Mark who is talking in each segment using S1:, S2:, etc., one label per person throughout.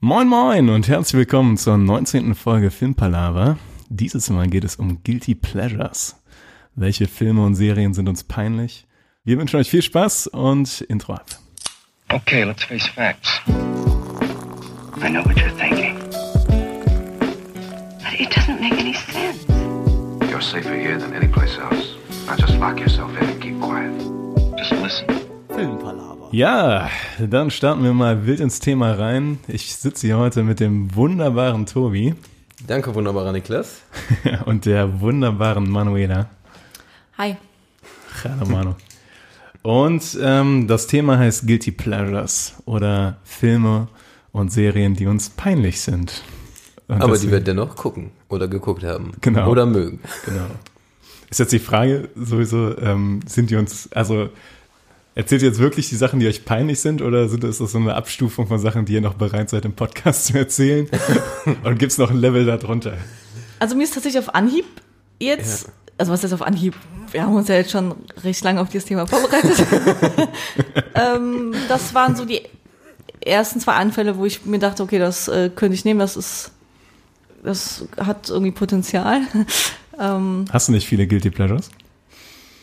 S1: Moin Moin und herzlich willkommen zur 19. Folge Filmpalava. Dieses Mal geht es um Guilty Pleasures. Welche Filme und Serien sind uns peinlich? Wir wünschen euch viel Spaß und Intro ab.
S2: Okay, let's face facts. I know what you're thinking.
S3: But it doesn't make any sense.
S4: You're safer here than anyplace else. Now just lock yourself in and keep quiet.
S2: Just listen.
S1: Ja, dann starten wir mal wild ins Thema rein. Ich sitze hier heute mit dem wunderbaren Tobi
S5: Danke, wunderbarer Niklas.
S1: und der wunderbaren Manuela.
S6: Hi.
S1: Hallo Manu. Und ähm, das Thema heißt Guilty Pleasures oder Filme und Serien, die uns peinlich sind. Und
S5: Aber
S1: das
S5: die wir dennoch gucken oder geguckt haben.
S1: Genau.
S5: Oder mögen.
S1: Genau. Ist jetzt die Frage sowieso, ähm, sind die uns, also erzählt ihr jetzt wirklich die Sachen, die euch peinlich sind oder sind, ist das so eine Abstufung von Sachen, die ihr noch bereit seid, im Podcast zu erzählen? Und gibt's noch ein Level darunter?
S6: Also mir ist tatsächlich auf Anhieb jetzt, also was ist auf Anhieb? Wir haben uns ja jetzt schon recht lange auf dieses Thema vorbereitet. ähm, das waren so die ersten zwei Anfälle, wo ich mir dachte, okay, das äh, könnte ich nehmen, das ist, das hat irgendwie Potenzial. ähm,
S1: Hast du nicht viele Guilty Pleasures?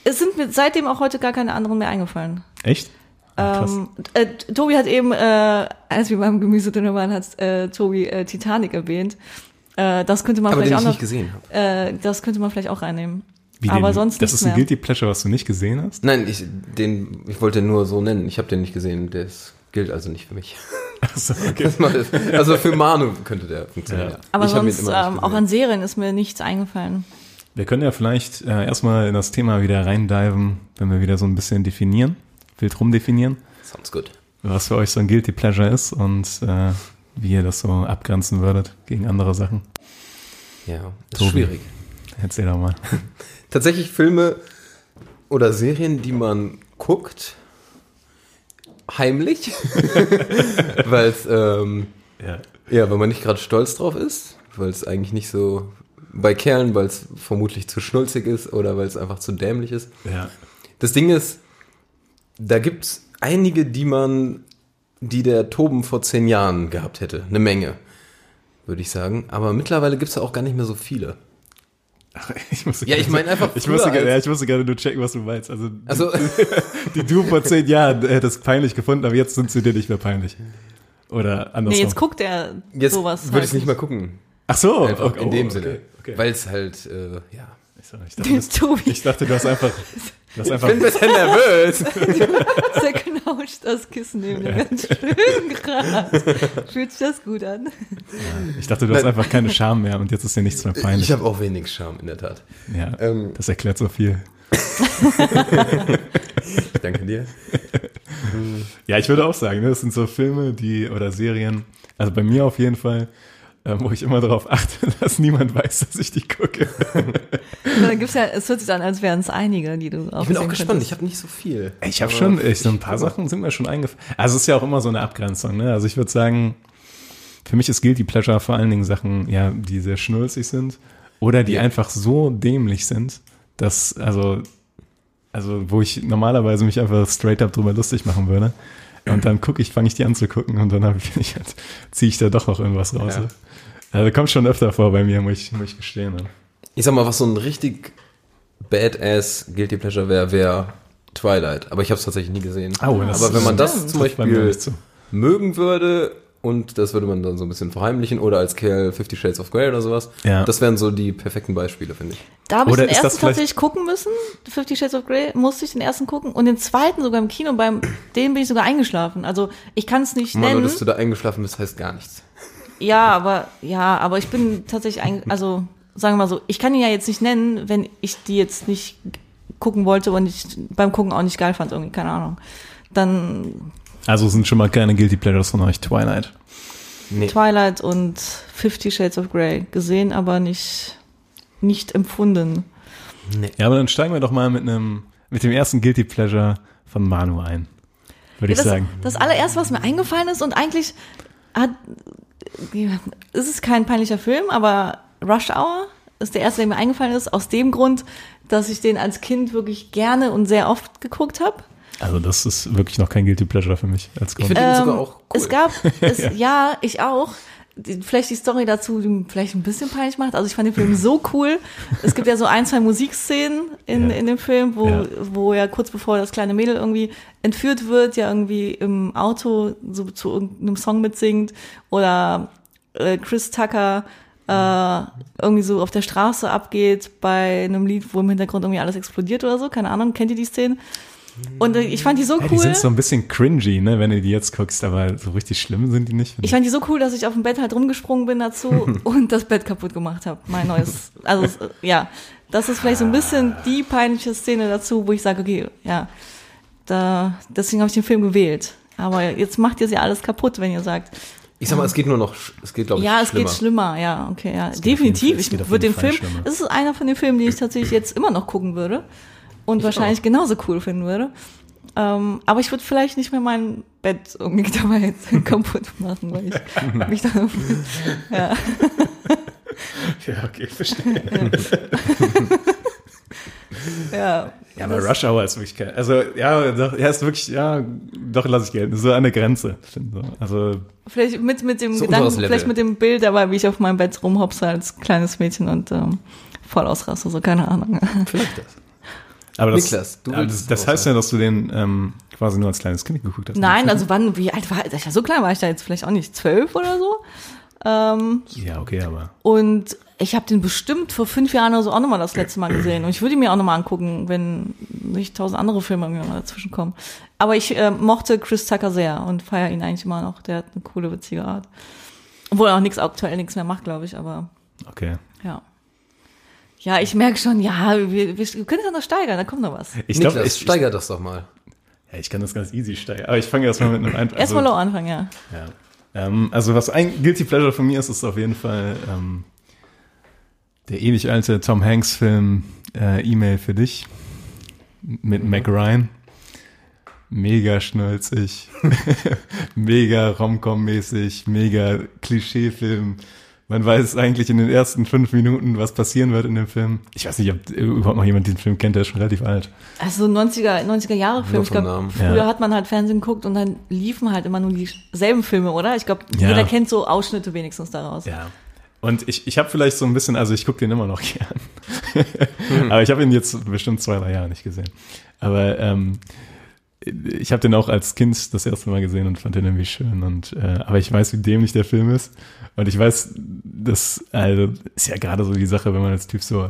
S6: es sind mir seitdem auch heute gar keine anderen mehr eingefallen.
S1: Echt? Ah, krass.
S6: Ähm, äh, Tobi hat eben, äh, als wir beim Gemüsedinner waren, hat äh, Tobi äh, Titanic erwähnt. Äh, das könnte man
S5: Aber den
S6: vielleicht
S5: ich
S6: auch noch.
S5: nicht gesehen habe.
S6: Äh, das könnte man vielleicht auch reinnehmen.
S1: Wie
S6: aber
S1: denn?
S6: sonst
S1: Das
S6: nichts
S1: ist ein
S6: mehr.
S1: Guilty Pleasure, was du nicht gesehen hast?
S5: Nein, ich, den, ich wollte den nur so nennen. Ich habe den nicht gesehen. Der ist, gilt also nicht für mich.
S1: Achso, okay.
S5: Das macht es- Also für Manu könnte der funktionieren.
S1: Ja.
S5: ja.
S6: aber
S5: ich hab ihn
S6: sonst,
S5: immer nicht
S6: ähm, auch
S5: gesehen.
S6: an Serien ist mir nichts eingefallen.
S1: Wir können ja vielleicht äh, erstmal in das Thema wieder reindiven, wenn wir wieder so ein bisschen definieren, wild rumdefinieren,
S5: Sounds good.
S1: was für euch so ein Guilty Pleasure ist und äh, wie ihr das so abgrenzen würdet gegen andere Sachen.
S5: Ja, ist
S1: Tobi.
S5: schwierig.
S1: Erzähl doch mal.
S5: tatsächlich Filme oder Serien, die man guckt, heimlich, weil es, ähm,
S1: Ja.
S5: ja, weil man nicht gerade stolz drauf ist, weil es eigentlich nicht so bei Kerlen, weil es vermutlich zu schnulzig ist oder weil es einfach zu dämlich ist.
S1: Ja.
S5: Das Ding ist, da gibt's einige, die man, die der Toben vor zehn Jahren gehabt hätte. Eine Menge, würde ich sagen. Aber mittlerweile gibt's da auch gar nicht mehr so viele.
S1: Ach, ich musste
S5: Ja,
S1: gerade-
S5: ich meine einfach
S1: Ich
S5: früher
S1: musste, gerade-
S5: als-
S1: ja, ich musste gerade nur checken, was du meinst. Also, die-
S5: Also,
S1: die du vor zehn Jahren hättest peinlich gefunden, aber jetzt sind sie dir nicht mehr peinlich. Oder andersrum.
S6: Nee, jetzt guckt er
S5: jetzt
S6: sowas. halt
S5: würde ich nicht mehr gucken.
S1: Ach so,
S5: Einfach
S1: okay,
S5: in dem
S1: oh,
S5: Sinne.
S1: okay, Okay.
S5: Weil es halt, äh, ja.
S1: ich, dachte, du bist-
S6: Tobi.
S1: ich dachte, du hast einfach, du hast einfach
S5: Bin ein bisschen halt nervös.
S6: Der knauscht genau, das Kissen neben mir ganz schön gerade. Fühlt sich das gut an?
S1: Ich dachte, du hast einfach keine Scham mehr und jetzt ist dir nichts mehr peinlich.
S5: Ich habe auch wenig Charme, in der Tat.
S1: ja,
S5: ähm,
S1: das erklärt so viel.
S5: Ich danke dir.
S1: Ja, ich würde auch sagen, ne, das sind so Filme, die oder Serien, also bei mir auf jeden Fall, ähm, wo ich immer darauf achte, dass niemand weiß, dass ich die gucke.
S6: Dann gibt's ja, es hört sich an, als wären es einige, die du auch
S5: Ich bin auch gespannt. Ich habe nicht so viel.
S1: Ich habe schon, ich, so ein paar Sachen sind mir schon eingefallen. Also es ist ja auch immer so eine Abgrenzung. Ne? Also ich würde sagen, für mich ist Guilty Pleasure vor allen Dingen Sachen, ja, die sehr schnulzig sind oder die einfach so dämlich sind, dass, also, also wo ich normalerweise mich einfach straight up drüber lustig machen würde. Und dann gucke ich, fange ich die an zu gucken und dann hab ich, halt, ziehe ich da doch noch irgendwas raus.
S5: Ja.
S1: ne? Also kommt schon öfter vor bei mir, muss ich, muss ich gestehen. ne?
S5: Ich sag mal, was so ein richtig badass Guilty Pleasure wäre, wäre Twilight. Aber ich habe es tatsächlich nie gesehen.
S1: Au, Oh, das
S5: Aber wenn man das
S1: stimmt.
S5: zum
S1: Trifft bei mir
S5: Beispiel
S1: nicht zu.
S5: mögen würde und das würde man dann so ein bisschen verheimlichen oder als Kerl Fifty Shades of Grey oder sowas,
S1: Ja.
S5: das wären so die perfekten Beispiele, finde ich.
S6: Da habe ich
S1: Oder
S6: den
S1: ist das
S6: ersten
S1: vielleicht-
S6: tatsächlich gucken müssen. Fifty Shades of Grey musste ich den ersten gucken und den zweiten sogar im Kino. Beim dem bin ich sogar eingeschlafen. Also ich kann es nicht
S5: Manu,
S6: nennen.
S5: dass du da eingeschlafen bist, heißt gar nichts.
S6: Ja, aber ja, aber ich bin tatsächlich ein, also sagen wir mal so, ich kann ihn ja jetzt nicht nennen, wenn ich die jetzt nicht gucken wollte und ich beim Gucken auch nicht geil fand irgendwie, keine Ahnung. Dann
S1: Also sind schon mal keine Guilty Pleasures von euch, Twilight.
S5: Nee.
S6: Twilight und Fifty Shades of Grey gesehen, aber nicht nicht empfunden.
S1: Ja, aber dann steigen wir doch mal mit einem, mit dem ersten Guilty Pleasure von Manu ein. Würde ich
S6: das,
S1: sagen.
S6: das allererste, was mir eingefallen ist und eigentlich hat, es ist kein peinlicher Film, aber Rush Hour ist der erste, der mir eingefallen ist, aus dem Grund, dass ich den als Kind wirklich gerne und sehr oft geguckt habe.
S1: Also das ist wirklich noch kein Guilty Pleasure für mich als
S5: Ich finde
S1: Comedy.
S5: den sogar auch cool.
S6: Ähm, Es gab, es, ja. ich auch. Die, vielleicht die Story dazu, die vielleicht ein bisschen peinlich macht. Also ich fand den Film so cool. Es gibt ja so ein, zwei Musikszenen in,
S1: Ja.
S6: in dem Film, wo,
S1: Ja.
S6: wo ja kurz bevor das kleine Mädel irgendwie entführt wird, ja irgendwie im Auto so zu irgendeinem Song mitsingt oder äh, Chris Tucker äh, irgendwie so auf der Straße abgeht bei einem Lied, wo im Hintergrund irgendwie alles explodiert oder so. Keine Ahnung, kennt ihr die Szenen? Und äh, ich fand die so cool.
S1: Ja, die sind so ein bisschen cringy, ne, wenn du die jetzt guckst, aber so richtig schlimm sind die nicht. finde
S6: Ich fand die so cool, dass ich auf dem Bett halt rumgesprungen bin dazu und das Bett kaputt gemacht habe. Mein neues. Also es, äh, ja, das ist vielleicht so ein bisschen die peinliche Szene dazu, wo ich sage, okay, ja, da, deswegen habe ich den Film gewählt. Aber jetzt macht ihr sie alles kaputt, wenn ihr sagt,
S5: Ich sag mal, es geht nur noch, sch- es geht glaube ich
S6: ja, es
S5: schlimmer.
S6: geht schlimmer, ja, okay, ja,
S1: geht auf jeden
S6: definitiv.
S1: Fall- es
S6: Ich
S1: geht auf
S6: würde den
S1: jeden Fall
S6: Film,
S1: schlimmer.
S6: es ist einer von den Filmen, die ich tatsächlich jetzt immer noch gucken würde und wahrscheinlich genauso cool finden würde. Ähm, aber ich würde vielleicht nicht mehr mein Bett irgendwie dabei jetzt kaputt machen, weil ich mich da
S1: ich. Ja, okay, verstehe.
S6: ja,
S1: Ja, aber Rush Hour ist wirklich kein, also ja, doch, ja, ist wirklich, ja, doch lasse ich gelten. So an der Grenze. Ich finde so. Also
S6: vielleicht mit, mit dem
S5: So
S6: Gedanken,
S5: unteres Level.
S6: vielleicht mit dem Bild dabei, wie ich auf meinem Bett rumhopse als kleines Mädchen und ähm, voll ausraste, so keine Ahnung.
S5: Vielleicht das.
S1: Aber das,
S5: Niklas, du
S1: aber
S5: willst
S1: das,
S5: es
S1: das
S5: auch
S1: heißt ja,
S5: sagen.
S1: dass du den ähm, quasi nur als kleines Kind geguckt hast. ne?
S6: Nein, also wann, wie alt war ich? So klein war ich da jetzt vielleicht auch nicht, zwölf oder so. Ähm,
S1: Ja, okay, aber.
S6: Und ich habe den bestimmt vor fünf Jahren oder so auch nochmal das letzte Mal gesehen. Und ich würde ihn mir auch nochmal angucken, wenn nicht tausend andere Filme mir mal dazwischen kommen. Aber ich äh, mochte Chris Tucker sehr und feiere ihn eigentlich immer noch. Der hat eine coole, witzige Art. Obwohl er auch nichts aktuell nichts mehr macht, glaube ich, aber
S1: Okay.
S6: ja. Ja, ich merke schon, ja, wir, wir können es ja noch steigern, da kommt noch was.
S1: Ich
S5: Niklas,
S1: glaube, ich, ich,
S5: steiger das doch mal.
S1: ja, ich kann das ganz easy steigern. Aber ich fange erstmal mit einem ein.
S6: Erstmal
S1: also,
S6: low anfangen, ja.
S1: ja. ähm, also, was ein Guilty Pleasure von mir ist, ist auf jeden Fall ähm, der ewig alte Tom Hanks-Film äh, E-Mail für dich mit Mac Ryan. Mega schnulzig, mega Romcom-mäßig, mega Klischeefilm. Man weiß eigentlich in den ersten fünf Minuten, was passieren wird in dem Film. Ich weiß nicht, ob überhaupt noch jemand den Film kennt, der ist schon relativ alt.
S6: Also 90er, 90er Jahre Film.
S5: Nur
S6: Ich
S5: vom
S6: glaube,
S5: Namen.
S6: früher
S1: Ja.
S6: hat man halt Fernsehen geguckt und dann liefen halt immer nur dieselben Filme, oder? Ich glaube,
S1: Ja.
S6: jeder kennt so Ausschnitte wenigstens daraus.
S1: Ja. Und ich, ich habe vielleicht so ein bisschen, also ich gucke den immer noch gern. Aber ich habe ihn jetzt bestimmt zwei, drei Jahre nicht gesehen. Aber ähm, ich habe den auch als Kind das erste Mal gesehen und fand den irgendwie schön. Und äh, aber ich weiß, wie dämlich der Film ist. Und ich weiß, das also, ist ja gerade so die Sache, wenn man als Typ so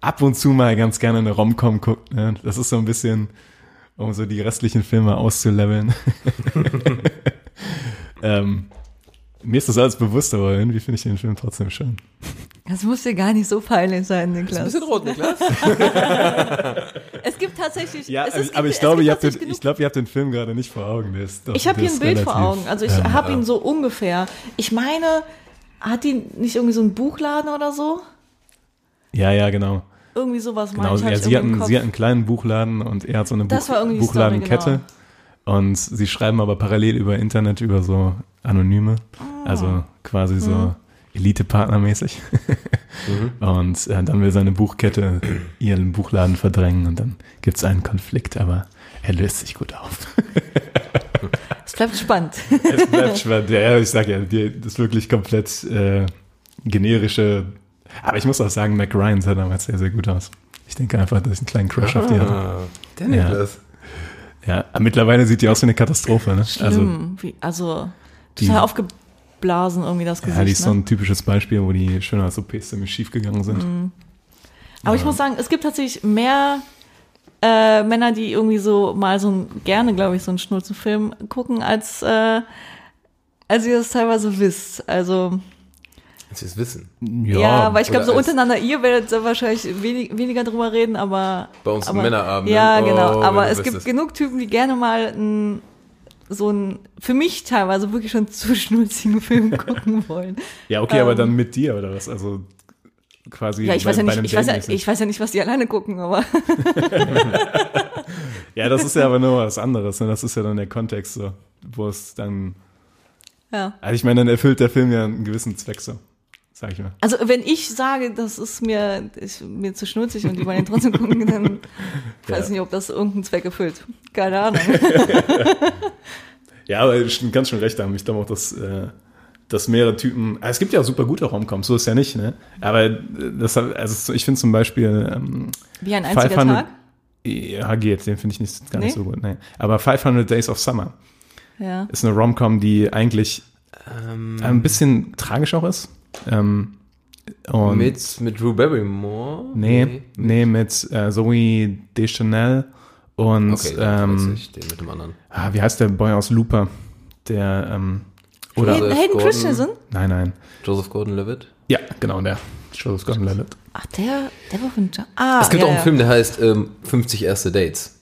S1: ab und zu mal ganz gerne eine Rom-Com guckt. Ne? Das ist so ein bisschen, um so die restlichen Filme auszuleveln. ähm, mir ist das alles bewusst, aber irgendwie finde ich den Film trotzdem schön.
S6: Das muss dir gar nicht so peinlich sein,
S5: Ein
S6: Niklas.
S5: bisschen rot, Niklas.
S6: Es gibt tatsächlich.
S1: Ja, ähm, also
S6: es ist,
S1: aber
S6: es
S1: ich glaube,
S6: gibt
S1: ihr habt den,
S6: tatsächlich genug-
S1: ich glaube, ihr habt den Film gerade nicht vor Augen. Der ist doch-
S6: Ich habe
S1: der
S6: hier ein
S1: ist
S6: Bild vor
S1: relativ-
S6: Augen. Also ich hab habe ihn so ungefähr. Ich meine, hat die nicht irgendwie so einen Buchladen oder so?
S1: Ja, ja, genau.
S6: Irgendwie sowas meine
S1: genau
S6: ich. hab
S1: ja,
S6: ich
S1: sie,
S6: irgendwie im
S1: hatten,
S6: Kopf.
S1: sie hatten einen kleinen Buchladen und er hat so eine
S6: Das
S1: Buch,
S6: war irgendwie die Story, genau.
S1: Buchladenkette. Und sie schreiben aber parallel über Internet über so Anonyme.
S6: Ah.
S1: Also quasi
S6: Mhm.
S1: so Elite-Partnermäßig. Und äh, dann will seine Buchkette ihren Buchladen verdrängen und dann gibt es einen Konflikt, aber er löst sich gut auf.
S6: Es bleibt spannend.
S1: Es bleibt spannend. Ja, ich sag ja, die, das ist wirklich komplett äh, generische. Aber ich muss auch sagen, Mac Ryan sah damals sehr, sehr gut aus. Ich denke einfach, dass ich einen kleinen Crush auf die hatte.
S5: Ah, der
S1: Ja.
S5: Niklas.
S1: Ja, aber mittlerweile sieht die aus wie eine Katastrophe, ne? Also,
S6: Schlimm. Wie, also
S1: Die-
S6: total aufgeblasen irgendwie das Gesicht.
S1: ja, die ist so
S6: ne?
S1: ein typisches Beispiel, wo die Schönheits-OPs ziemlich schief gegangen sind.
S6: Aber ich muss sagen, es gibt tatsächlich mehr äh, Männer, die irgendwie so mal so ein, gerne, glaube ich, so einen Schnulzenfilm gucken, als, äh, als ihr das teilweise wisst. Also,
S5: Jetzt wir's wissen.
S6: Mhm. ja, weil ich glaube,
S5: oder
S6: so
S5: als-
S6: untereinander, ihr werdet da wahrscheinlich wenig, weniger drüber reden, aber.
S5: Bei uns
S6: aber,
S5: ein Männerabend. ne?
S6: Ja,
S5: Oh,
S6: genau.
S5: wenn
S6: Aber
S5: du
S6: es gibt
S5: wüsstest.
S6: genug Typen, die gerne mal ein, so einen, für mich teilweise wirklich schon zu schnulzigen Film gucken wollen.
S1: ja, okay, aber
S6: Ähm.
S1: dann mit dir oder was? Also quasi
S6: Ja, ich weiß ja nicht,
S1: einem
S6: ich weiß ja,
S1: Dating-Essen.
S6: ich weiß ja nicht, was die alleine gucken, aber.
S1: Ja, das ist ja aber nur was anderes. Ne? Das ist ja dann der Kontext, so, wo es dann
S6: Ja.
S1: Also ich meine, dann erfüllt der Film ja einen gewissen Zweck so. sag ich mal.
S6: Also wenn ich sage, das ist mir, ich, mir zu schnulzig und die wollen ja trotzdem gucken, dann weiß ich nicht, ob das irgendeinen Zweck erfüllt. Keine Ahnung.
S1: Ja, aber schon- ganz schön recht, da haben mich dann auch das, äh, dass mehrere Typen. Ah, Es gibt ja auch super gute Romcoms, so ist ja nicht, ne? Aber äh, das, hab- also ich finde zum Beispiel ähm,
S6: Wie ein einziger
S1: 500
S6: Tag.
S1: Ja, geht, den finde ich nicht, gar nicht
S6: Nee?
S1: so gut. Nee. Aber 500 Days of Summer
S6: Ja.
S1: ist eine Romcom, die eigentlich
S5: Ähm,
S1: ein bisschen tragisch auch ist. Ähm, und
S5: Mit, mit Drew Barrymore?
S1: nee, nee, mit äh, Zoe Deschanel und
S5: Okay, dann
S1: ähm,
S5: ähm, ich den mit dem anderen.
S1: ah, wie heißt der Boy aus Looper? Der ähm, oder
S5: Joseph
S6: Hayden
S5: Gordon.
S6: Christensen?
S1: nein, nein.
S5: Joseph Gordon-Levitt.
S1: Ja, genau, der. Joseph Gordon-Levitt.
S6: Ach, der, der war von... Jo ah,
S5: Es gibt
S6: ja,
S5: auch einen
S6: ja.
S5: Film, der heißt ähm, 50 erste Dates.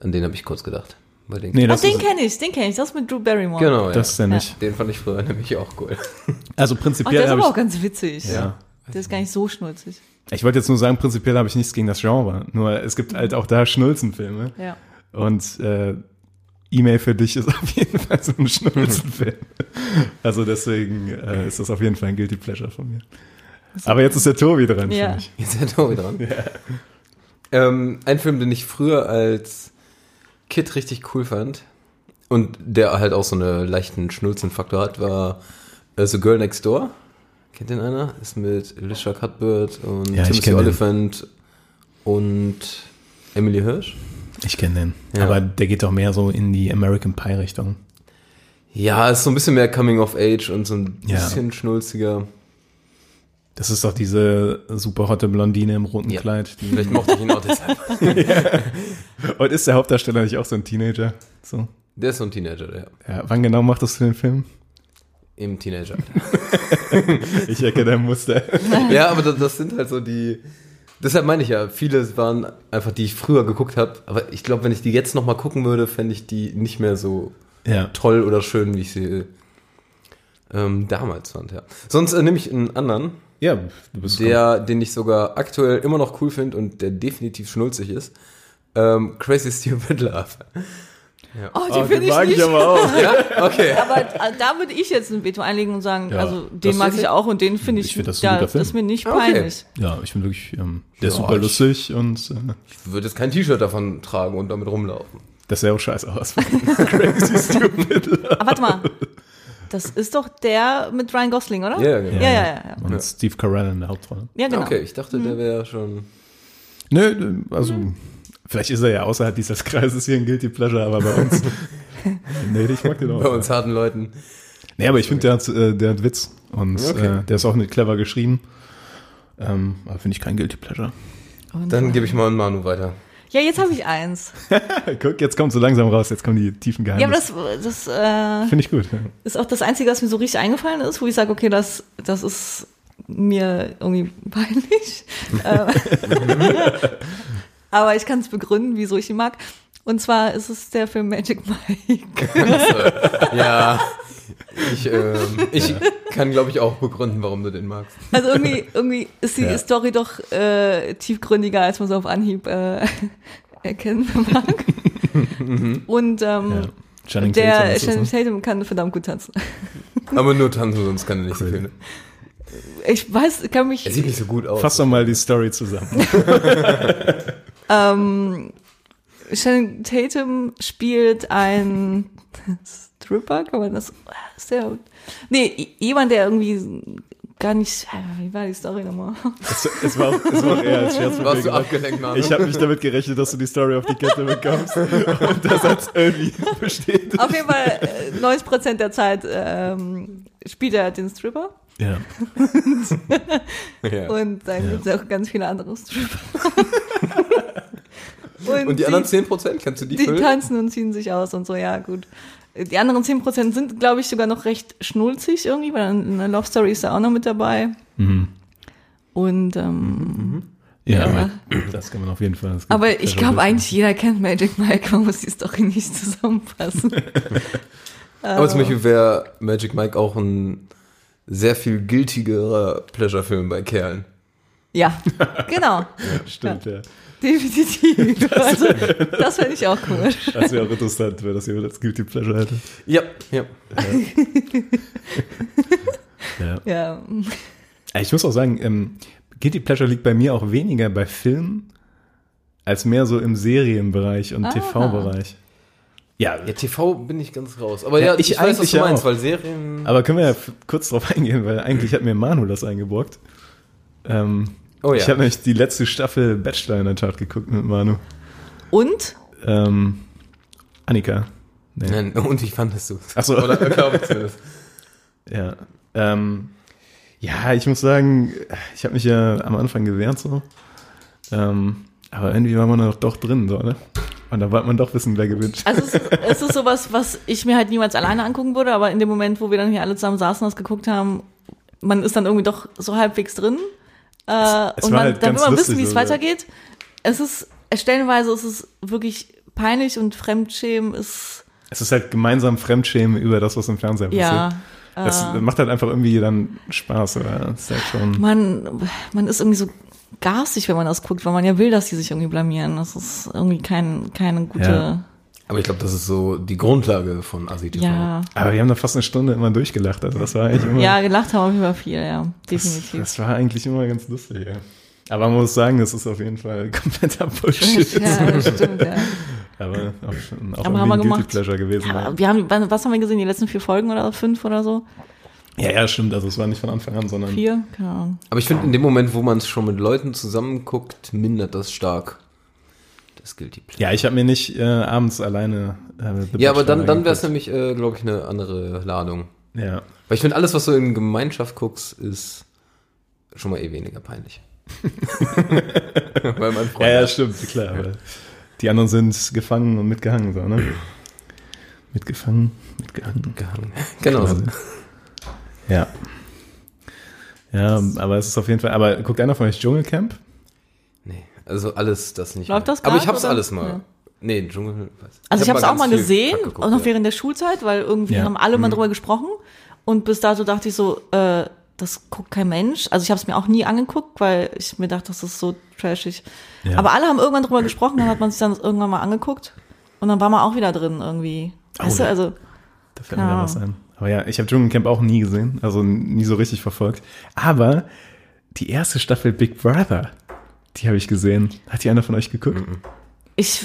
S5: An den habe ich kurz gedacht. Bei den
S1: Nee,
S6: Ah,
S1: das,
S6: den
S1: ist,
S6: kenne ich, den kenne ich. Das mit Drew Barrymore.
S5: genau, ja.
S1: das ist der nicht.
S5: den fand ich früher nämlich auch cool.
S1: Also
S6: Ach, Oh, der
S1: prinzipiell
S6: ist
S1: habe
S6: aber auch
S1: ich.
S6: ganz witzig.
S1: Ja.
S6: Der ist gar nicht so schnulzig.
S1: Ich wollte jetzt nur sagen, prinzipiell habe ich nichts gegen das Genre. Nur es gibt halt auch da Schnulzenfilme.
S6: Ja.
S1: Und äh, E-Mail für dich ist auf jeden Fall so ein Schnulzenfilm. Also deswegen äh, ist das auf jeden Fall ein Guilty Pleasure von mir. Aber jetzt ist der Tobi dran,
S6: Ja.
S1: finde ich.
S5: Jetzt seid ihr auch wieder dran. Ähm, ein Film, den ich früher als Kid richtig cool fand und der halt auch so einen leichten Schnulzenfaktor hat, war äh, The Girl Next Door. Kennt den einer? Ist mit Alicia Cuthbert und
S1: Ja, ich
S5: Timothy
S1: kenn den.
S5: Oliphant und Emily Hirsch.
S1: Ich kenne den.
S5: Ja.
S1: Aber der geht doch mehr so in die American Pie-Richtung.
S5: Ja, ist so ein bisschen mehr Coming of Age und so ein
S1: Ja.
S5: bisschen schnulziger.
S1: Das ist doch diese super hotte Blondine im roten
S5: Ja.
S1: Kleid. Die
S5: Vielleicht mochte ich ihn auch deshalb.
S1: Und ist der Hauptdarsteller nicht auch so ein Teenager? So.
S5: Der ist so ein Teenager, ja.
S1: Ja, wann genau machtest du den Film?
S5: Im Teenager.
S1: Ich erkenne ein Muster.
S5: ja, aber das, das sind halt so die. Deshalb meine ich ja, viele waren einfach, die ich früher geguckt habe. Aber ich glaube, wenn ich die jetzt nochmal gucken würde, fände ich die nicht mehr so
S1: Ja.
S5: toll oder schön, wie ich sie ähm, damals fand, ja. Sonst äh, nehme ich einen anderen,
S1: Ja, du bist
S5: der, den ich sogar aktuell immer noch cool finde und der definitiv schnulzig ist. Ähm, Crazy Stupid
S1: Ah,
S5: Love.
S6: Oh, den finde ich nicht.
S1: aber auch.
S5: Ja, okay.
S6: Aber äh, da würde ich jetzt ein Veto einlegen und sagen,
S1: Ja,
S6: also
S5: das
S6: den mag
S5: ist
S6: ich
S5: ja-
S6: auch und den finde ich,
S1: Ich find, das ist ein
S6: da,
S1: guter Film.
S6: das ist mir nicht
S5: Okay.
S6: peinlich.
S1: Ja, ich bin wirklich, ähm, der ist
S5: Ja,
S1: super
S5: ich-
S1: lustig und äh,
S5: Ich würde jetzt kein T-Shirt davon tragen und damit rumlaufen.
S1: das sah auch scheiße aus. Crazy Stupid Love.
S6: Aber Ah, warte mal, das ist doch der mit Ryan Gosling, oder?
S5: Ja, genau.
S6: Ja, ja, ja. ja.
S1: Und Steve Carell in der Hauptrolle.
S6: Ja, genau.
S5: Okay, ich dachte, der wäre schon.
S1: Nö, also,
S6: Hm.
S1: vielleicht ist er ja außerhalb dieses Kreises hier ein Guilty Pleasure, aber bei uns. nee, ich mag den auch.
S5: Bei uns harten Leuten.
S1: Nee, aber ich finde, der, hat, äh, der hat Witz und
S5: Okay.
S1: äh, der ist auch nicht clever geschrieben. Ähm, aber finde ich kein Guilty Pleasure.
S5: Dann gebe ich mal an Manu weiter.
S6: Ja, jetzt habe ich eins.
S1: Guck, jetzt kommt so langsam raus, jetzt kommen die tiefen
S6: Ja, aber
S1: Geheimnisse.
S6: das, das äh,
S1: finde ich gut. ja.
S6: ist auch das Einzige, was mir so richtig eingefallen ist, wo ich sage, okay, das, das ist mir irgendwie peinlich. Ähm, Aber ich kann es begründen, wieso ich ihn mag. Und zwar ist es der Film Magic Mike.
S5: Ja, ich, ähm, ich kann, glaube ich, auch begründen, warum du den magst.
S6: Also irgendwie, irgendwie ist die
S1: Ja.
S6: Story doch äh, tiefgründiger, als man so auf Anhieb äh, erkennen mag. Und ähm,
S1: Mhm. Channing Tatum
S6: der
S1: ist das,
S6: Channing
S1: ne?
S6: Tatum kann verdammt gut tanzen.
S5: Aber nur tanzen, sonst kann er nicht so
S1: Crazy.
S5: viel. ne?
S6: Ich weiß, kann mich
S5: Er sieht nicht so gut aus.
S1: Fass doch mal die Story zusammen.
S6: Ähm, Shannon Tatum spielt einen Stripper, kann man das? Ist der, nee, j- jemand, der irgendwie gar nicht. äh, Wie war die Story nochmal?
S1: es, es, war, auch- es war auch eher als Scherz von mir
S5: Warst du
S1: gedacht.
S5: abgelenkt, Manu?
S1: Ich habe nicht damit gerechnet, dass du die Story auf die Kette bekommst und der Satz irgendwie besteht.
S6: Auf jeden Fall äh, 90% der Zeit ähm, spielt er den Stripper.
S1: Ja.
S5: ja. und,
S6: Und dann
S1: Ja.
S6: gibt es auch ganz viele andere Stripper. und,
S5: die
S6: sie-
S5: anderen 10%, kannst du die,
S6: Die
S5: füllen?
S6: tanzen und ziehen sich aus und so, ja, gut. Die anderen 10% sind, glaube ich, sogar noch recht schnulzig irgendwie, weil eine Love Story ist da auch noch mit dabei. Und, ähm,
S1: Mhm. Ja,
S6: Ja.
S1: aber das kann man auf jeden Fall. Mhm. das geht
S6: aber ich
S1: schon
S6: glaube
S1: durch.
S6: eigentlich jeder kennt Magic Mike, man muss die Story nicht zusammenfassen. Äh,
S5: Aber zum Beispiel wäre Magic Mike auch ein sehr viel gültigerer Pleasure-Film bei Kerlen.
S6: ja, genau,
S1: Stimmt, ja.
S6: definitiv. Also, das fände ich auch cool.
S1: Das wäre auch interessant, wenn das jemand als Guilty Pleasure hätte.
S5: Ja, ja.
S1: Ja.
S6: Ja.
S1: Ich muss auch sagen, ähm, Guilty Pleasure liegt bei mir auch weniger bei Filmen als mehr so im Serienbereich und TV-Bereich. Ja,
S5: Ja, TV bin ich ganz raus. Aber
S1: Ja,
S5: ja,
S1: ich
S5: ich, weiß, was
S1: eigentlich
S5: du
S1: ja
S5: meinst,
S1: auch.
S5: weil Serien.
S1: aber können wir ja f- kurz drauf eingehen, weil eigentlich hat mir Manu das eingeborgt. Ähm,
S5: Oh ja.
S1: Ich habe nämlich die letzte Staffel Bachelor in der Tat geguckt mit Manu.
S6: Und?
S1: Ähm, Annika.
S5: Nein, und wie fandest du es?
S1: Ach so.
S5: Oder glaube ich zumindest.
S1: Ja. Ähm, ja, ich muss sagen, ich habe mich ja am Anfang gewehrt so. Ähm, aber irgendwie war man da doch drin, so, ne? Und da wollte man doch wissen, wer gewinnt.
S6: Also es ist, es ist sowas, was ich mir halt niemals alleine angucken würde, aber in dem Moment, wo wir dann hier alle zusammen saßen und das geguckt haben, man ist dann irgendwie doch so halbwegs drin. Äh,
S1: es war
S6: und man,
S1: halt
S6: dann
S1: ganz
S6: will man wissen,
S1: lustig,
S6: wie es
S1: oder?
S6: weitergeht. Es ist, stellenweise ist es wirklich peinlich und Fremdschämen ist,
S1: Es ist halt gemeinsam Fremdschämen über das, was im Fernsehen passiert.
S6: ja.
S1: Das macht halt einfach irgendwie dann Spaß, oder? Das ist halt schon.
S6: Man, man ist irgendwie so garstig, wenn man das guckt, weil man ja will, dass die sich irgendwie blamieren. Das ist irgendwie kein, keine gute,
S5: Aber ich glaube, das ist so die Grundlage von Asi TV.
S6: ja.
S1: Aber wir haben da fast eine Stunde immer durchgelacht. Also das war eigentlich immer.
S6: Ja, gelacht haben wir über viel, ja,
S1: das,
S6: definitiv.
S1: das war eigentlich immer ganz lustig, ja. Aber man muss sagen, das ist auf jeden Fall kompletter Bullshit.
S6: ja, stimmt, ja.
S1: Aber auch, auch irgendwie
S6: Aber haben wir
S1: ein Guilty
S6: gemacht.
S1: Pleasure gewesen.
S6: Ja,
S1: Ja,
S6: aber wir haben, wann- was haben wir gesehen? Die letzten vier Folgen oder fünf oder so?
S1: ja, ja, stimmt. Also es war nicht von Anfang an, sondern
S6: Vier? Keine Ahnung.
S5: Aber ich finde, in dem Moment, wo man es schon mit Leuten zusammenguckt, mindert das stark. Das gilt die Pläne.
S1: Ja, ich habe mir nicht äh, abends alleine. Äh, The
S5: Ja, aber dann,
S1: Bachelor
S5: dann wäre es
S1: angeguckt.
S5: nämlich, äh, glaube ich, eine andere Ladung.
S1: Ja.
S5: Weil ich finde, alles, was du in Gemeinschaft guckst, ist schon mal eh weniger peinlich. Weil man Freund
S1: ja, ja, stimmt, klar. Aber die anderen sind gefangen und mitgehangen, so, ne? Mitgefangen, mitgehangen.
S5: gehangen. Genau. so.
S1: Ja. Ja, aber es ist auf jeden Fall. Aber guckt einer von euch Dschungelcamp?
S5: Nee, also alles das nicht.
S6: Läuft
S5: mehr.
S6: das
S5: Aber ich
S6: grad,
S5: hab's
S6: oder?
S5: alles mal.
S6: Ja.
S5: Nee, Dschungel. Weiß.
S6: Also ich,
S5: hab
S6: habe es auch
S5: ganz
S6: mal
S5: viel
S6: gesehen,
S5: Kack geguckt,
S6: auch noch
S5: ja.
S6: während der Schulzeit, weil irgendwie
S1: Ja. Mhm.
S6: haben alle mal drüber gesprochen. Und bis dato dachte ich so, äh, das guckt kein Mensch. Also ich habe es mir auch nie angeguckt, weil ich mir dachte, das ist so trashig.
S1: Ja.
S6: Aber alle haben irgendwann drüber gesprochen, dann hat man sich dann irgendwann mal angeguckt. Und dann war man auch wieder drin irgendwie. Weißt du,
S1: Oh, ja.
S6: also
S1: Da fällt mir da
S6: Klar.
S1: was ein. Aber ja, ich habe Dschungelcamp auch nie gesehen, also nie so richtig verfolgt. Aber die erste Staffel Big Brother, die habe ich gesehen. Hat die einer von euch geguckt?
S6: Ich,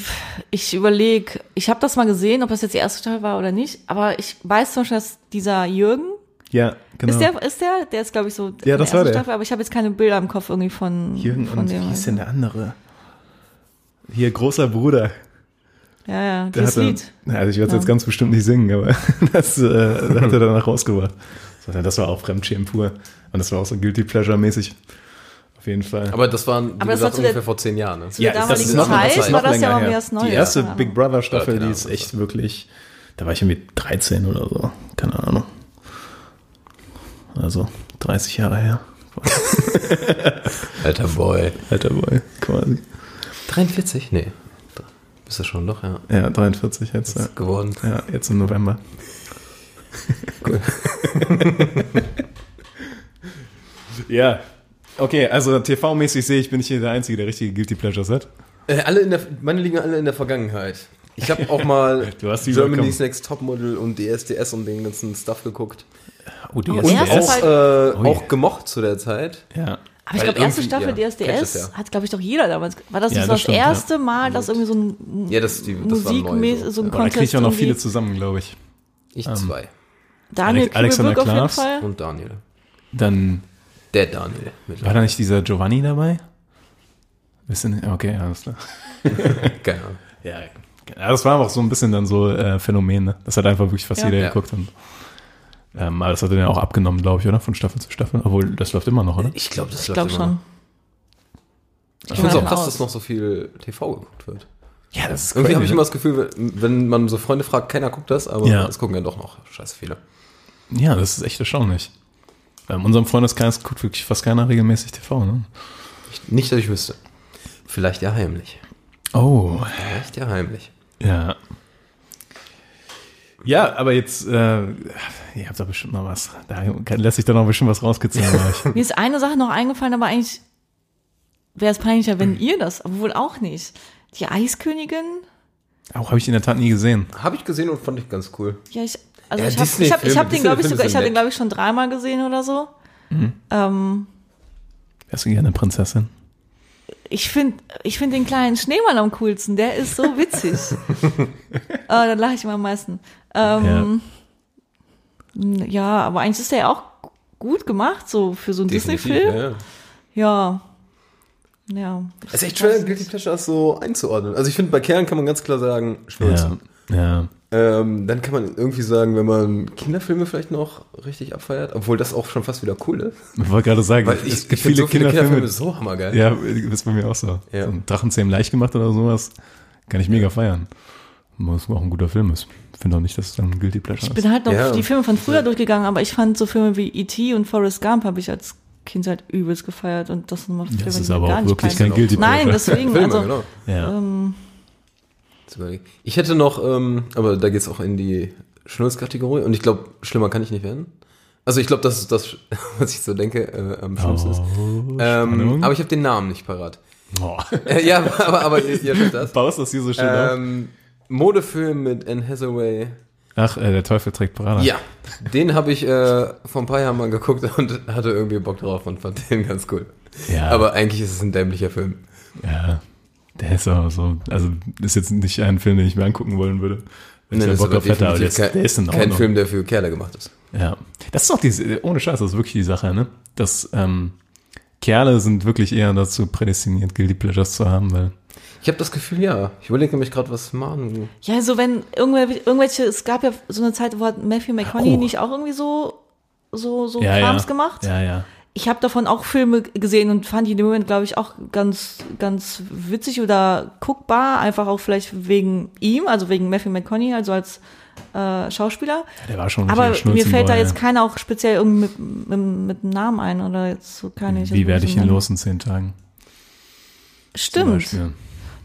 S6: ich überlege, ich habe das mal gesehen, ob das jetzt die erste Staffel war oder nicht, aber ich weiß zum Beispiel, dass dieser Jürgen,
S1: Ja, genau.
S6: ist der, ist der, der ist glaube ich so in der
S1: das war
S6: ersten
S1: der.
S6: Staffel, aber ich habe jetzt keine Bilder im Kopf irgendwie von
S1: Jürgen
S6: von
S1: und
S6: dem.
S1: wie hieß denn der andere? Hier, großer Bruder.
S6: Ja, ja,
S1: Der hat
S6: dieses
S1: dann-
S6: Lied.
S1: Na, Also ich werde jetzt ganz bestimmt nicht singen, aber das äh, hat er danach rausgebracht. Sondern das war auch Fremdschämen pur. Und das war auch so Guilty Pleasure-mäßig. Auf jeden Fall.
S5: Aber das waren, wie
S6: Aber das war
S5: gesagt,
S6: zu der-
S5: ungefähr vor zehn Jahren. Ne?
S6: Zu der damaligen
S5: ist noch-
S6: Zeit
S5: das ist
S6: war
S5: noch
S6: das ja
S1: länger
S6: mal
S1: her.
S6: wieder das Neue.
S1: Die erste
S6: keine Ahnung.
S1: Big Brother Staffel,
S5: Ja,
S1: die
S5: keine
S1: ist
S5: Ahnung,
S1: echt wirklich, da war ich irgendwie 13 oder so, keine Ahnung. Also 30 Jahre her,
S5: Alter Boy.
S1: alter Boy quasi.
S5: 43? Nee. Bist du schon doch, ja.
S1: Ja, 43 jetzt. Ja.
S5: Geworden.
S1: ja, jetzt im November. ja, okay, also TV-mäßig sehe ich, bin ich hier der Einzige, der richtige Guilty Pleasures hat.
S5: Äh, alle in der, meine liegen alle in der Vergangenheit. Ich habe auch mal
S1: Du hast die
S5: Germany's
S1: überkommen.
S5: Next Topmodel und DSDS und den ganzen Stuff geguckt.
S1: Oh, die
S6: erste
S5: Und
S6: Erst
S5: auch,
S6: halt-
S5: äh,
S1: Ui.
S5: auch gemocht zu der Zeit.
S1: Ja.
S6: Aber ich
S5: Weil
S6: glaube, erste
S5: irgendwie,
S6: Staffel
S5: ja, kennst
S6: DSDS
S5: das ja.
S6: hat, glaube ich, doch jeder damals. War das
S1: Ja,
S6: nicht so
S1: das
S6: das
S1: stimmt, ja.
S6: erste Mal, dass irgendwie so ein
S5: Ja, das- die- das war neu,
S6: Musikmäß-
S5: so.
S6: so ein
S5: Ja.
S1: Boah, da kriege
S6: Contest
S1: ich auch noch viele
S6: irgendwie.
S1: zusammen, glaube ich.
S5: Ich zwei.
S6: Daniel
S1: Alex- Alexander
S6: Kübelbürg auf jeden
S1: Klaas.
S6: Fall.
S5: Und Daniel.
S1: Dann
S5: Der Daniel. Mit
S1: War da nicht dieser Giovanni dabei? Wisst ihr nicht? Okay, alles klar.
S5: Keine Ahnung.
S1: Ja, das war auch so ein bisschen dann so äh, Phänomen, ne? Das hat einfach wirklich fast
S6: Ja.
S1: jeder
S5: Ja.
S1: geguckt. Und, ähm, aber das hat dann ja auch abgenommen, glaube ich, oder? Von Staffel zu Staffel. Obwohl, das läuft immer noch, oder?
S5: Ich glaube, das
S6: Ich glaube schon.
S5: Ich finde es auch
S6: davon
S5: krass,
S6: aus.
S5: dass noch so viel TV geguckt wird.
S1: Ja, das ist
S5: Irgendwie habe ich
S1: crazy,
S5: immer
S1: ne?
S5: das Gefühl, wenn wenn man so Freunde fragt, keiner guckt das, aber
S1: Ja.
S5: das gucken ja doch noch scheiße viele.
S1: Ja, das ist echt erstaunlich. In unserem Freundeskreis guckt wirklich fast keiner regelmäßig TV, ne?
S5: Ich, nicht, dass ich wüsste. Vielleicht ja heimlich.
S1: Oh,
S5: Vielleicht ja heimlich.
S1: ja. Ja, aber jetzt, äh, ihr habt da bestimmt noch was. Da kann, lässt sich da noch bestimmt was rausgezogen. bei euch.
S6: Mir ist eine Sache noch eingefallen, aber eigentlich wäre es peinlicher,
S1: Hm.
S6: wenn ihr das, obwohl auch nicht. Die Eiskönigin?
S1: Auch habe ich in der Tat nie gesehen.
S5: Habe ich gesehen und fand ich ganz cool.
S6: Ja, ich, also
S5: Ja,
S6: ich habe ich hab, ich
S5: Disney-Filme,
S6: hab den, glaube ich,
S5: Disney-Filme
S6: sogar, ich
S5: sind
S6: habe den,
S5: nett.
S6: glaube ich, schon dreimal gesehen oder so. Ähm,
S1: Wärst du gerne Prinzessin?
S6: Ich finde ich find den kleinen Schneemann am coolsten. Der ist so witzig. äh, da lache ich immer am meisten. Ähm, ja. aber eigentlich ist der ja auch gut gemacht, so für so einen Disney-Film.
S5: ja, ja.
S6: Ja. Ja.
S5: Es ist echt schwer, Guilty Pleasure das so einzuordnen. Also ich finde, bei Kerlen kann man ganz klar sagen,
S1: Ja.
S5: Schnulzen.
S1: Ja.
S5: Ähm, dann kann man irgendwie sagen, wenn man Kinderfilme vielleicht noch richtig abfeiert, obwohl das auch schon fast wieder cool ist.
S1: Ich wollte gerade sagen,
S5: Weil ich,
S1: es
S5: ich
S1: gibt
S5: find
S1: viele,
S5: so viele
S1: Kinderfilme.
S5: Kinderfilme so hammergeil.
S1: ja, das ist bei mir auch so.
S5: Ja.
S1: so ein Drachenzähmen leicht gemacht oder sowas, kann ich mega feiern. Aber es auch ein guter Film ist. Finde auch nicht, dass es dann ein Guilty Pleasure
S6: Ich
S1: ist.
S6: bin halt noch
S5: Ja.
S6: die Filme von früher durchgegangen, aber ich fand so Filme wie E.T. und Forrest Gump habe ich als Kind halt übelst gefeiert und das sind mal Filme,
S1: Das
S6: die
S1: ist
S6: mir
S1: aber
S6: gar
S1: auch
S6: nicht
S1: wirklich
S6: gefallen.
S1: kein Guilty Pleasure.
S6: Nein, deswegen,
S5: Filme,
S6: also
S5: genau.
S1: Ja.
S5: Zu überlegen. Ich hätte noch, ähm, aber da geht's auch in die Schnulzkategorie und ich glaube, schlimmer kann ich nicht werden. Also ich glaube, das ist das, was ich so denke, äh, am
S1: Oh.
S5: schlimmsten ist. Ähm,
S1: Spannung.
S5: aber ich habe den Namen nicht parat.
S1: Oh.
S5: Äh, ja, aber, aber ihr, ihr schafft das.
S1: Baust das hier so schön auf?
S5: Ähm, Modefilm mit Anne Hathaway.
S1: Ach, äh, der Teufel trägt Prada.
S5: Ja, den habe ich äh, vor ein paar Jahren mal geguckt und hatte irgendwie Bock drauf und fand den ganz cool.
S1: Ja.
S5: Aber eigentlich ist es ein dämlicher Film.
S1: Ja, der ist aber so, also ist jetzt nicht ein Film, den ich mir angucken wollen würde. Wenn ich
S5: Nein,
S1: da
S5: das
S1: Bock
S5: aber
S1: auf hätte, aber der,
S5: definitiv
S1: ist- der ist in
S5: kein, kein
S1: Ordnung.
S5: Film, der für Kerle gemacht ist.
S1: Ja. Das ist doch diese, ohne Scheiß, das ist wirklich die Sache, ne? Dass ähm, Kerle sind wirklich eher dazu prädestiniert, Guilty Pleasures zu haben, weil
S5: Ich habe das Gefühl, ja. Ich überlege nämlich gerade, was Manu.
S6: ja, so wenn irgendwel- irgendwelche, es gab ja so eine Zeit, wo hat Matthew McConaughey
S1: Oh.
S6: nicht auch irgendwie so so so
S1: ja,
S6: Krams
S1: ja.
S6: gemacht.
S1: Ja, ja.
S6: Ich habe davon auch Filme g- gesehen und fand die in dem Moment, glaube ich, auch ganz ganz witzig oder guckbar, einfach auch vielleicht wegen ihm, also wegen Matthew McConaughey, also als äh, Schauspieler.
S1: Der war schon
S6: Aber
S1: richtig
S6: mir fällt da
S1: Schnulzenboy,
S6: jetzt keiner auch speziell irgendwie mit, mit, mit einem Namen ein oder jetzt so kann ich.
S1: ja. Wie werde ich ihn
S6: nennen.
S1: los in zehn Tagen? Zum
S6: Stimmt. Also
S1: Beispiel.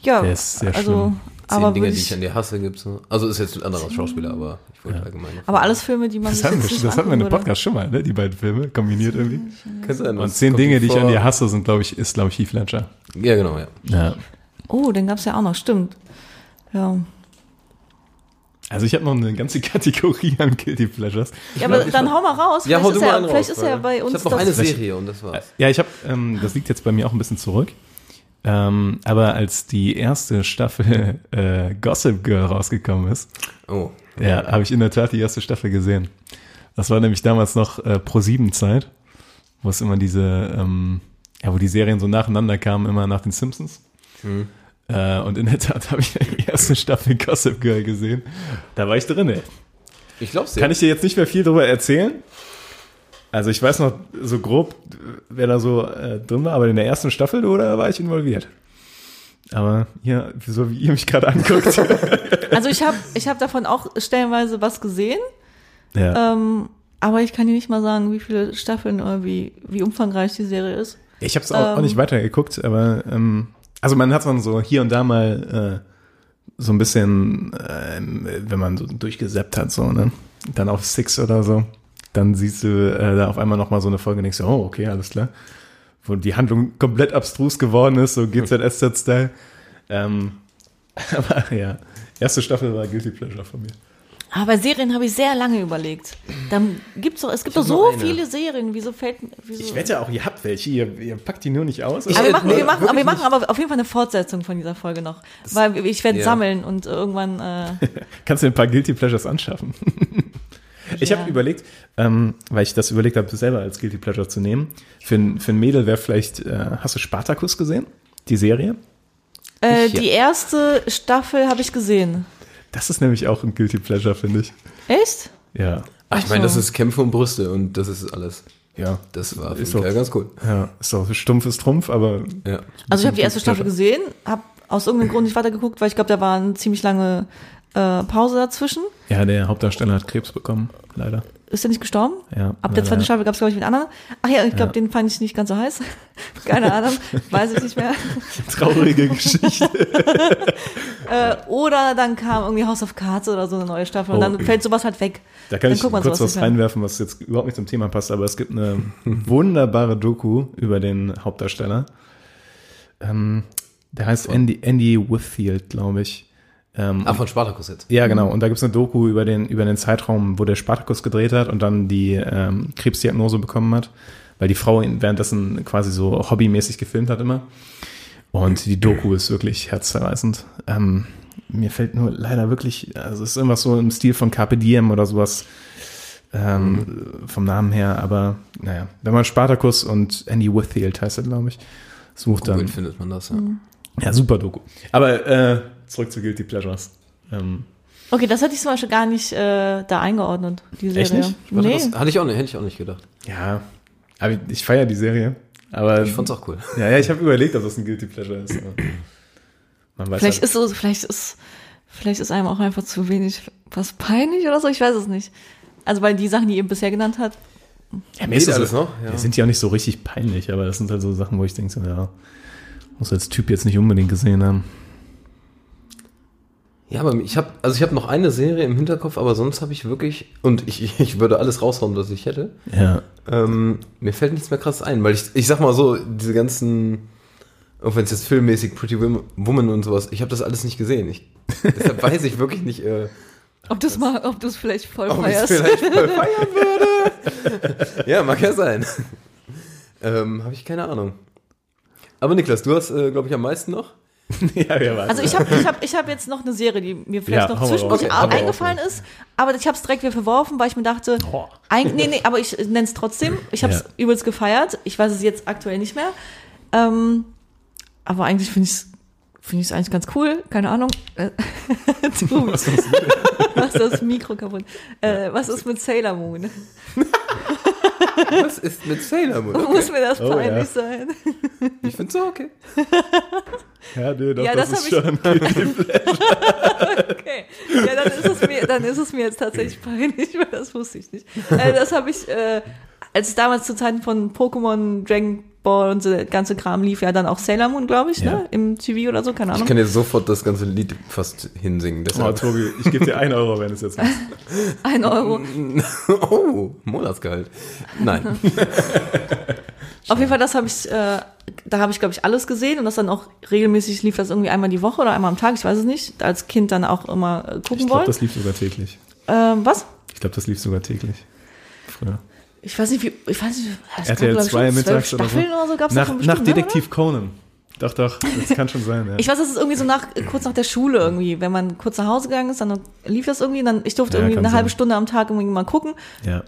S6: Ja,
S1: Der ist sehr
S6: also,
S1: schlimm.
S5: Zehn
S6: aber,
S5: Dinge,
S6: würde
S5: die ich
S6: ich,
S5: an dir hasse, gibt's. ne? Also ist jetzt ein anderes Schauspieler, aber ich wollte allgemein.
S6: aber alles Filme, die man
S1: Das
S6: sich
S1: hatten
S6: jetzt
S1: wir,
S6: nicht
S1: schon- das hatten wir in
S6: angucken
S1: einem
S6: würde.
S1: Podcast schon mal, ne? Die beiden Filme kombiniert irgendwie.
S5: Kann sein,
S1: Und
S5: das
S1: zehn
S5: kommt
S1: Dinge, die
S5: mir
S1: ich an
S5: vor.
S1: dir hasse, sind, glaube ich, ist, glaube ich, Heath Ledger.
S5: Ja, genau, ja.
S1: Ja.
S6: Oh, den gab's ja auch noch, stimmt. Ja,
S1: Also ich habe noch eine ganze Kategorie an Guilty Pleasures.
S6: ja aber dann hau mal raus.
S5: Ja,
S6: vielleicht
S5: hau
S6: ist
S5: du mal
S6: er,
S5: einen
S6: vielleicht
S5: raus,
S6: ist er ja
S5: weil
S6: bei uns
S5: Ich habe noch eine
S6: das,
S5: Serie und das war's.
S1: Ja, ich habe, ähm, das liegt jetzt bei mir auch ein bisschen zurück. Ähm, aber als die erste Staffel äh, Gossip Girl rausgekommen ist,
S5: Oh.
S1: ja, habe ich in der Tat die erste Staffel gesehen. Das war nämlich damals noch äh, Pro-7-Zeit, wo es immer diese, ähm, ja, wo die Serien so nacheinander kamen, immer nach den Simpsons. Äh, und in der Tat habe ich die erste Staffel Gossip Girl gesehen. Da war ich drin, ey.
S5: Ich glaub's dir.
S1: Kann ich dir jetzt nicht mehr viel darüber erzählen. Also ich weiß noch so grob, wer da so äh, drin war, aber in der ersten Staffel oder war ich involviert? Aber ja, so wie ihr mich gerade anguckt.
S6: Also ich habe ich hab davon auch stellenweise was gesehen,
S1: ja.
S6: ähm, aber ich kann dir nicht mal sagen, wie viele Staffeln oder wie, wie umfangreich die Serie ist.
S1: ich habe es auch, auch nicht weitergeguckt, aber ähm, also man hat dann so hier und da mal äh, so ein bisschen, ähm, wenn man so durchgesäppt hat, so, ne? Dann auf Six oder so. Dann siehst du äh, da auf einmal nochmal so eine Folge und denkst, so, oh, okay, alles klar. wo die Handlung komplett abstrus geworden ist, so GZSZ-Style. Ähm, aber ja, erste Staffel war Guilty Pleasure von mir.
S6: Aber Ah, bei Serien habe ich sehr lange überlegt. Dann gibt's doch, es gibt doch
S5: hab nur
S6: so
S5: eine.
S6: viele Serien. Wieso fällt wieso?
S1: Ich wette auch, ihr habt welche, ihr, ihr packt die nur nicht aus. Also
S6: aber
S5: äh,
S6: wir machen,
S5: nee, wirklich
S6: wir, machen, aber wir machen aber auf jeden Fall eine Fortsetzung von dieser Folge noch. Weil ich werde
S5: ja.
S6: sammeln und irgendwann. Äh,
S1: Kannst du dir ein paar Guilty Pleasures anschaffen? ich
S6: Ja.
S1: habe überlegt, ähm, weil ich das überlegt habe, selber als Guilty Pleasure zu nehmen. Für ein, für ein Mädel wäre vielleicht, äh, hast du Spartacus gesehen? Die Serie?
S6: äh,
S5: Ich-
S6: Die erste Staffel habe ich gesehen.
S1: Das ist nämlich auch ein Guilty Pleasure, finde ich.
S6: Echt?
S1: Ja.
S5: Ach, ich meine, das
S6: so.
S5: ist Kämpfe um Brüste und das ist alles.
S1: Ja.
S5: Das war für
S1: Ist
S5: mich
S1: so.
S5: ja ganz cool.
S1: Ja, ist doch stumpf ist Trumpf, aber
S5: Ja.
S6: Also ich habe die erste Staffel gesehen, habe aus irgendeinem Grund nicht weitergeguckt, weil ich glaube, da war eine ziemlich lange äh, Pause dazwischen.
S1: ja, der Hauptdarsteller hat Krebs bekommen, leider.
S6: Ist er nicht gestorben?
S1: Ja,
S6: Ab der
S1: leider,
S6: zweiten
S1: ja.
S6: Staffel gab es, glaube ich, einen anderen. Ach ja, ich glaube, den fand ich nicht ganz so heiß. Keine Ahnung, weiß ich nicht mehr.
S1: Traurige Geschichte.
S6: Oder dann kam irgendwie House of Cards oder so eine neue Staffel und
S1: Oh.
S6: dann fällt sowas halt weg.
S1: Da kann
S6: dann
S1: ich
S6: guckt man
S1: kurz
S6: sowas
S1: was
S6: nicht mehr.
S1: reinwerfen, was jetzt überhaupt nicht zum Thema passt, aber es gibt eine wunderbare Doku über den Hauptdarsteller. Ähm, der heißt Andy, Andy Whitfield, glaube ich. Ähm,
S5: Ah, von Spartacus jetzt.
S1: ja, genau. Und da gibt's eine Doku über den, über den Zeitraum, wo der Spartacus gedreht hat und dann die ähm, Krebsdiagnose bekommen hat. weil die Frau ihn währenddessen quasi so hobbymäßig gefilmt hat immer. Und die Doku ist wirklich herzzerreißend. Ähm, mir fällt nur leider wirklich, also es ist irgendwas so im Stil von Carpe Diem oder sowas ähm, vom Namen her, aber naja, wenn man Spartacus und Andy Whitfield heißt er, glaube ich, sucht dann.
S5: Gut findet man das, ja.
S1: Ja, super Doku. Aber äh, zurück zu Guilty Pleasures. Ähm,
S6: Okay, das hatte ich zum Beispiel gar nicht äh, da eingeordnet, die Serie.
S1: Echt nicht?
S5: Warte,
S6: Nee.
S5: das hatte ich auch nicht, hätte ich auch nicht gedacht.
S1: ja, aber ich, ich feiere die Serie. Aber
S5: Ich fand's auch cool.
S1: Ja, ja, ich habe überlegt, ob das ein Guilty Pleasure ist. aber Man weiß
S6: Vielleicht
S1: halt-
S6: ist so, vielleicht ist, vielleicht ist einem auch einfach zu wenig was peinlich oder so, ich weiß es nicht. Also weil die Sachen, die ihr bisher genannt habt,
S1: ja, mir ist
S5: geht
S1: das
S5: alles
S1: so-
S5: noch, ja.
S1: Die sind ja auch nicht so richtig peinlich, aber das sind halt so Sachen, wo ich denke, so, ja, muss als Typ jetzt nicht unbedingt gesehen haben.
S5: Ja, aber ich habe also ich habe noch eine Serie im Hinterkopf, aber sonst habe ich wirklich und ich, ich würde alles raushauen, was ich hätte.
S1: Ja.
S5: Ähm, mir fällt nichts mehr krasses ein, weil ich ich sag mal so diese ganzen auch wenn es jetzt filmmäßig Pretty Wom- Woman und sowas, ich habe das alles nicht gesehen. Ich, deshalb weiß ich wirklich nicht, äh,
S6: ob das mal, ob du es vielleicht voll
S1: Oh,
S5: ob ich es
S6: feierst.
S5: vielleicht voll feiern würde. ja, mag ja sein. Ähm, habe ich keine Ahnung. Aber Niklas, du hast, äh, glaube ich, am meisten noch.
S1: ja, wir warten.
S6: Also ich habe ich hab, ich hab jetzt noch eine Serie, die mir
S1: Ja,
S6: vielleicht noch
S1: hau mal
S6: zwischendurch
S1: raus.
S5: Okay, hau mal
S6: eingefallen ist, aber ich habe es direkt wieder verworfen, weil ich mir dachte,
S1: Oh.
S6: Eig nee, nee, aber ich nenne es trotzdem. Ich habe es
S1: Ja.
S6: übelst gefeiert. Ich weiß es jetzt aktuell nicht mehr. Ähm, aber eigentlich finde ich es finde ich es eigentlich ganz cool. Keine Ahnung. Äh, du, was ist das Mikro kaputt? Äh, was ist mit Sailor Moon?
S5: Was ist mit Sailor Moon?
S6: Muss mir das
S1: Oh, ja.
S6: peinlich sein?
S5: Ich find's auch okay.
S1: ja, nee, doch,
S6: Ja,
S1: das,
S6: das
S1: ist
S6: hab
S1: schon ein Guilty Pleasure.
S6: Okay. Ja, dann ist es mir, dann ist es mir jetzt tatsächlich peinlich, weil das wusste ich nicht. Äh, das habe ich, äh, als es damals zu Zeiten von Pokémon, Dragon Ball und so der ganze Kram lief, ja dann auch Sailor Moon, glaube ich,
S1: Ja.
S6: ne? Im TV oder so, keine Ahnung.
S5: Ich kann dir sofort das ganze Lied fast hinsingen.
S1: Oh,
S5: Deshalb.
S1: Tobi, ich gebe dir einen Euro, wenn du es jetzt machst.
S6: Ein Euro.
S1: Mhm.
S5: Oh, Monatsgehalt. Nein.
S6: Auf jeden Fall, das habe ich, äh, da habe ich, glaube ich, alles gesehen und das dann auch regelmäßig lief das irgendwie einmal die Woche oder einmal am Tag, ich weiß es nicht, als Kind dann auch immer äh, gucken
S1: Ich glaube,
S6: wollen.
S1: das lief sogar täglich.
S6: Ähm, was?
S1: Ich glaube, das lief sogar täglich. Früher.
S6: Ich weiß nicht, wie, ich weiß nicht, es gab,
S1: RTL
S6: glaub ich,
S1: 2
S6: schon zwölf
S1: mittags oder so.
S6: Staffeln oder so, gab's
S1: nach,
S6: davon
S1: nach
S6: bestimmt, ne,
S1: Detektiv Conan. Doch, doch, das kann schon sein, ja.
S6: Ich weiß, das ist irgendwie so nach, kurz nach der Schule irgendwie. Wenn man kurz nach Hause gegangen ist, dann lief das irgendwie. Dann, ich durfte
S1: Ja,
S6: irgendwie
S1: kann
S6: eine halbe
S1: sein.
S6: Stunde am Tag irgendwie mal gucken.
S1: ja.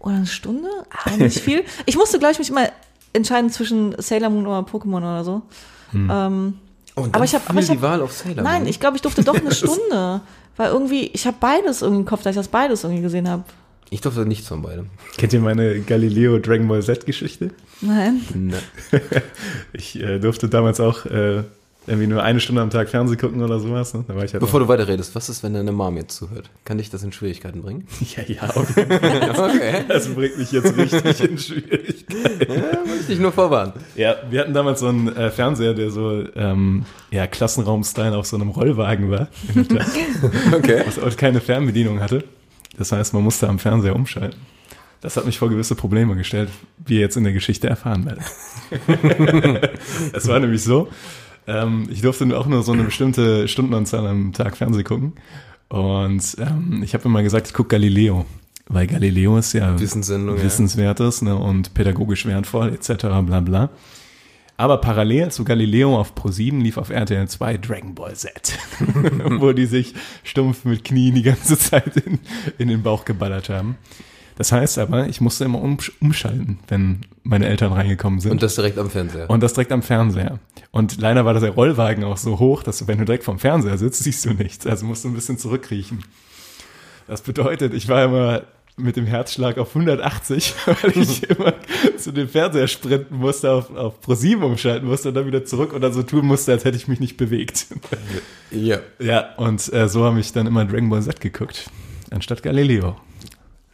S6: Oder eine Stunde? Ah, nicht viel. Ich musste gleich mich immer entscheiden zwischen Sailor Moon oder Pokémon oder so.
S1: Hm.
S6: Ähm,
S5: Oh, und
S6: Aber ich hab- aber
S5: fiel
S6: ich hab-
S5: die Wahl auf Sailor
S6: nein,
S5: Moon.
S6: ich glaube, ich durfte doch eine Stunde. Weil irgendwie, ich habe beides irgendwie im Kopf, dass ich das beides irgendwie gesehen habe.
S5: Ich durfte nichts von beidem.
S1: Kennt ihr meine Galileo Dragon Ball Z-Geschichte?
S6: Nein.
S5: Nein.
S1: Ich äh, durfte damals auch äh, irgendwie nur eine Stunde am Tag Fernsehen gucken oder sowas. Ne? Da war ich halt
S5: Bevor du weiterredest, was ist, wenn deine Mom jetzt zuhört? Kann dich das in Schwierigkeiten bringen?
S1: noch, ja, ja, okay.
S5: Okay.
S1: das bringt mich jetzt richtig in Schwierigkeiten.
S5: Muss ich dich nur vorwarnen.
S1: Ja, wir hatten damals so einen äh, Fernseher, der so ähm, ja, Klassenraum-Style auf so einem Rollwagen war,
S5: Okay.
S1: was auch keine Fernbedienung hatte. Das heißt, man musste am Fernseher umschalten. Das hat mich vor gewisse Probleme gestellt, wie ihr jetzt in der Geschichte erfahren werdet. es war nämlich so, ähm, ich durfte nur- auch nur so eine bestimmte Stundenanzahl am Tag Fernsehen gucken. Und ähm, ich habe immer gesagt, ich gucke Galileo, weil Galileo ist ja
S5: Wissenssendung, ja.
S1: Wissenswertes ne, und pädagogisch wertvoll etc. bla bla. Aber parallel zu Galileo auf Pro7 lief auf RTL 2 Dragon Ball Z, wo die sich stumpf mit Knien die ganze Zeit in, in den Bauch geballert haben. Das heißt aber, ich musste immer umsch- umschalten, wenn meine Eltern reingekommen sind.
S5: Und das direkt am Fernseher.
S1: Und das direkt am Fernseher. Und leider war der Rollwagen auch so hoch, dass du, wenn du direkt vom Fernseher sitzt, siehst du nichts. Also musst du ein bisschen zurückkriechen. Das bedeutet, ich war immer mit dem Herzschlag auf 180, weil ich immer zu dem Fernseher sprinten musste, auf, auf ProSieben umschalten musste und dann wieder zurück und dann so tun musste, als hätte ich mich nicht bewegt.
S5: ja.
S1: Ja, und äh, so habe ich dann immer Dragon Ball Z geguckt, anstatt Galileo.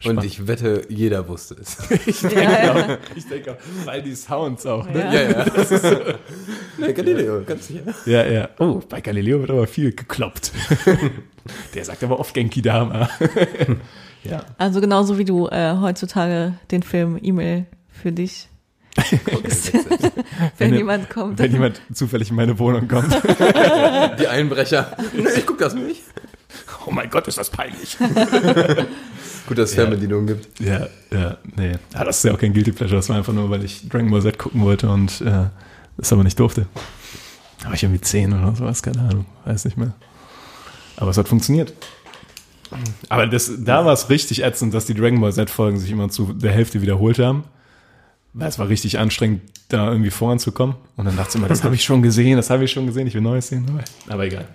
S5: Und ich wette, jeder wusste es.
S1: Ich denke auch, weil die Sounds auch, ne?
S5: ja, ja. Das ist so. Ne, Galileo, ganz sicher.
S1: Ja, ja. Oh, bei Galileo wird aber viel gekloppt. Der sagt aber oft Genki Dama. ja.
S6: Also genauso wie du äh, heutzutage den Film E-Mail für dich guckst. wenn
S1: Wenn-
S6: jemand kommt.
S1: Wenn jemand zufällig in meine Wohnung kommt.
S5: Die Einbrecher. Nee, ich guck das nicht.
S1: Oh mein Gott, ist das peinlich.
S5: Gut, dass es
S1: Ja.
S5: Fernbedienungen gibt.
S1: Ja, ja, nee. Ah, das ist ja auch kein Guilty Pleasure, das war einfach nur, weil ich Dragon Ball Z gucken wollte und äh, das aber nicht durfte. Da war ich irgendwie 10 oder sowas, keine Ahnung, weiß nicht mehr. Aber es hat funktioniert. Aber das, da war es richtig ätzend, dass die Dragon Ball Z-Folgen sich immer zu der Hälfte wiederholt haben. Weil es war richtig anstrengend, da irgendwie voranzukommen. Und dann dachte ich immer, das habe ich schon gesehen, das habe ich schon gesehen, ich will Neues sehen. Aber, aber egal.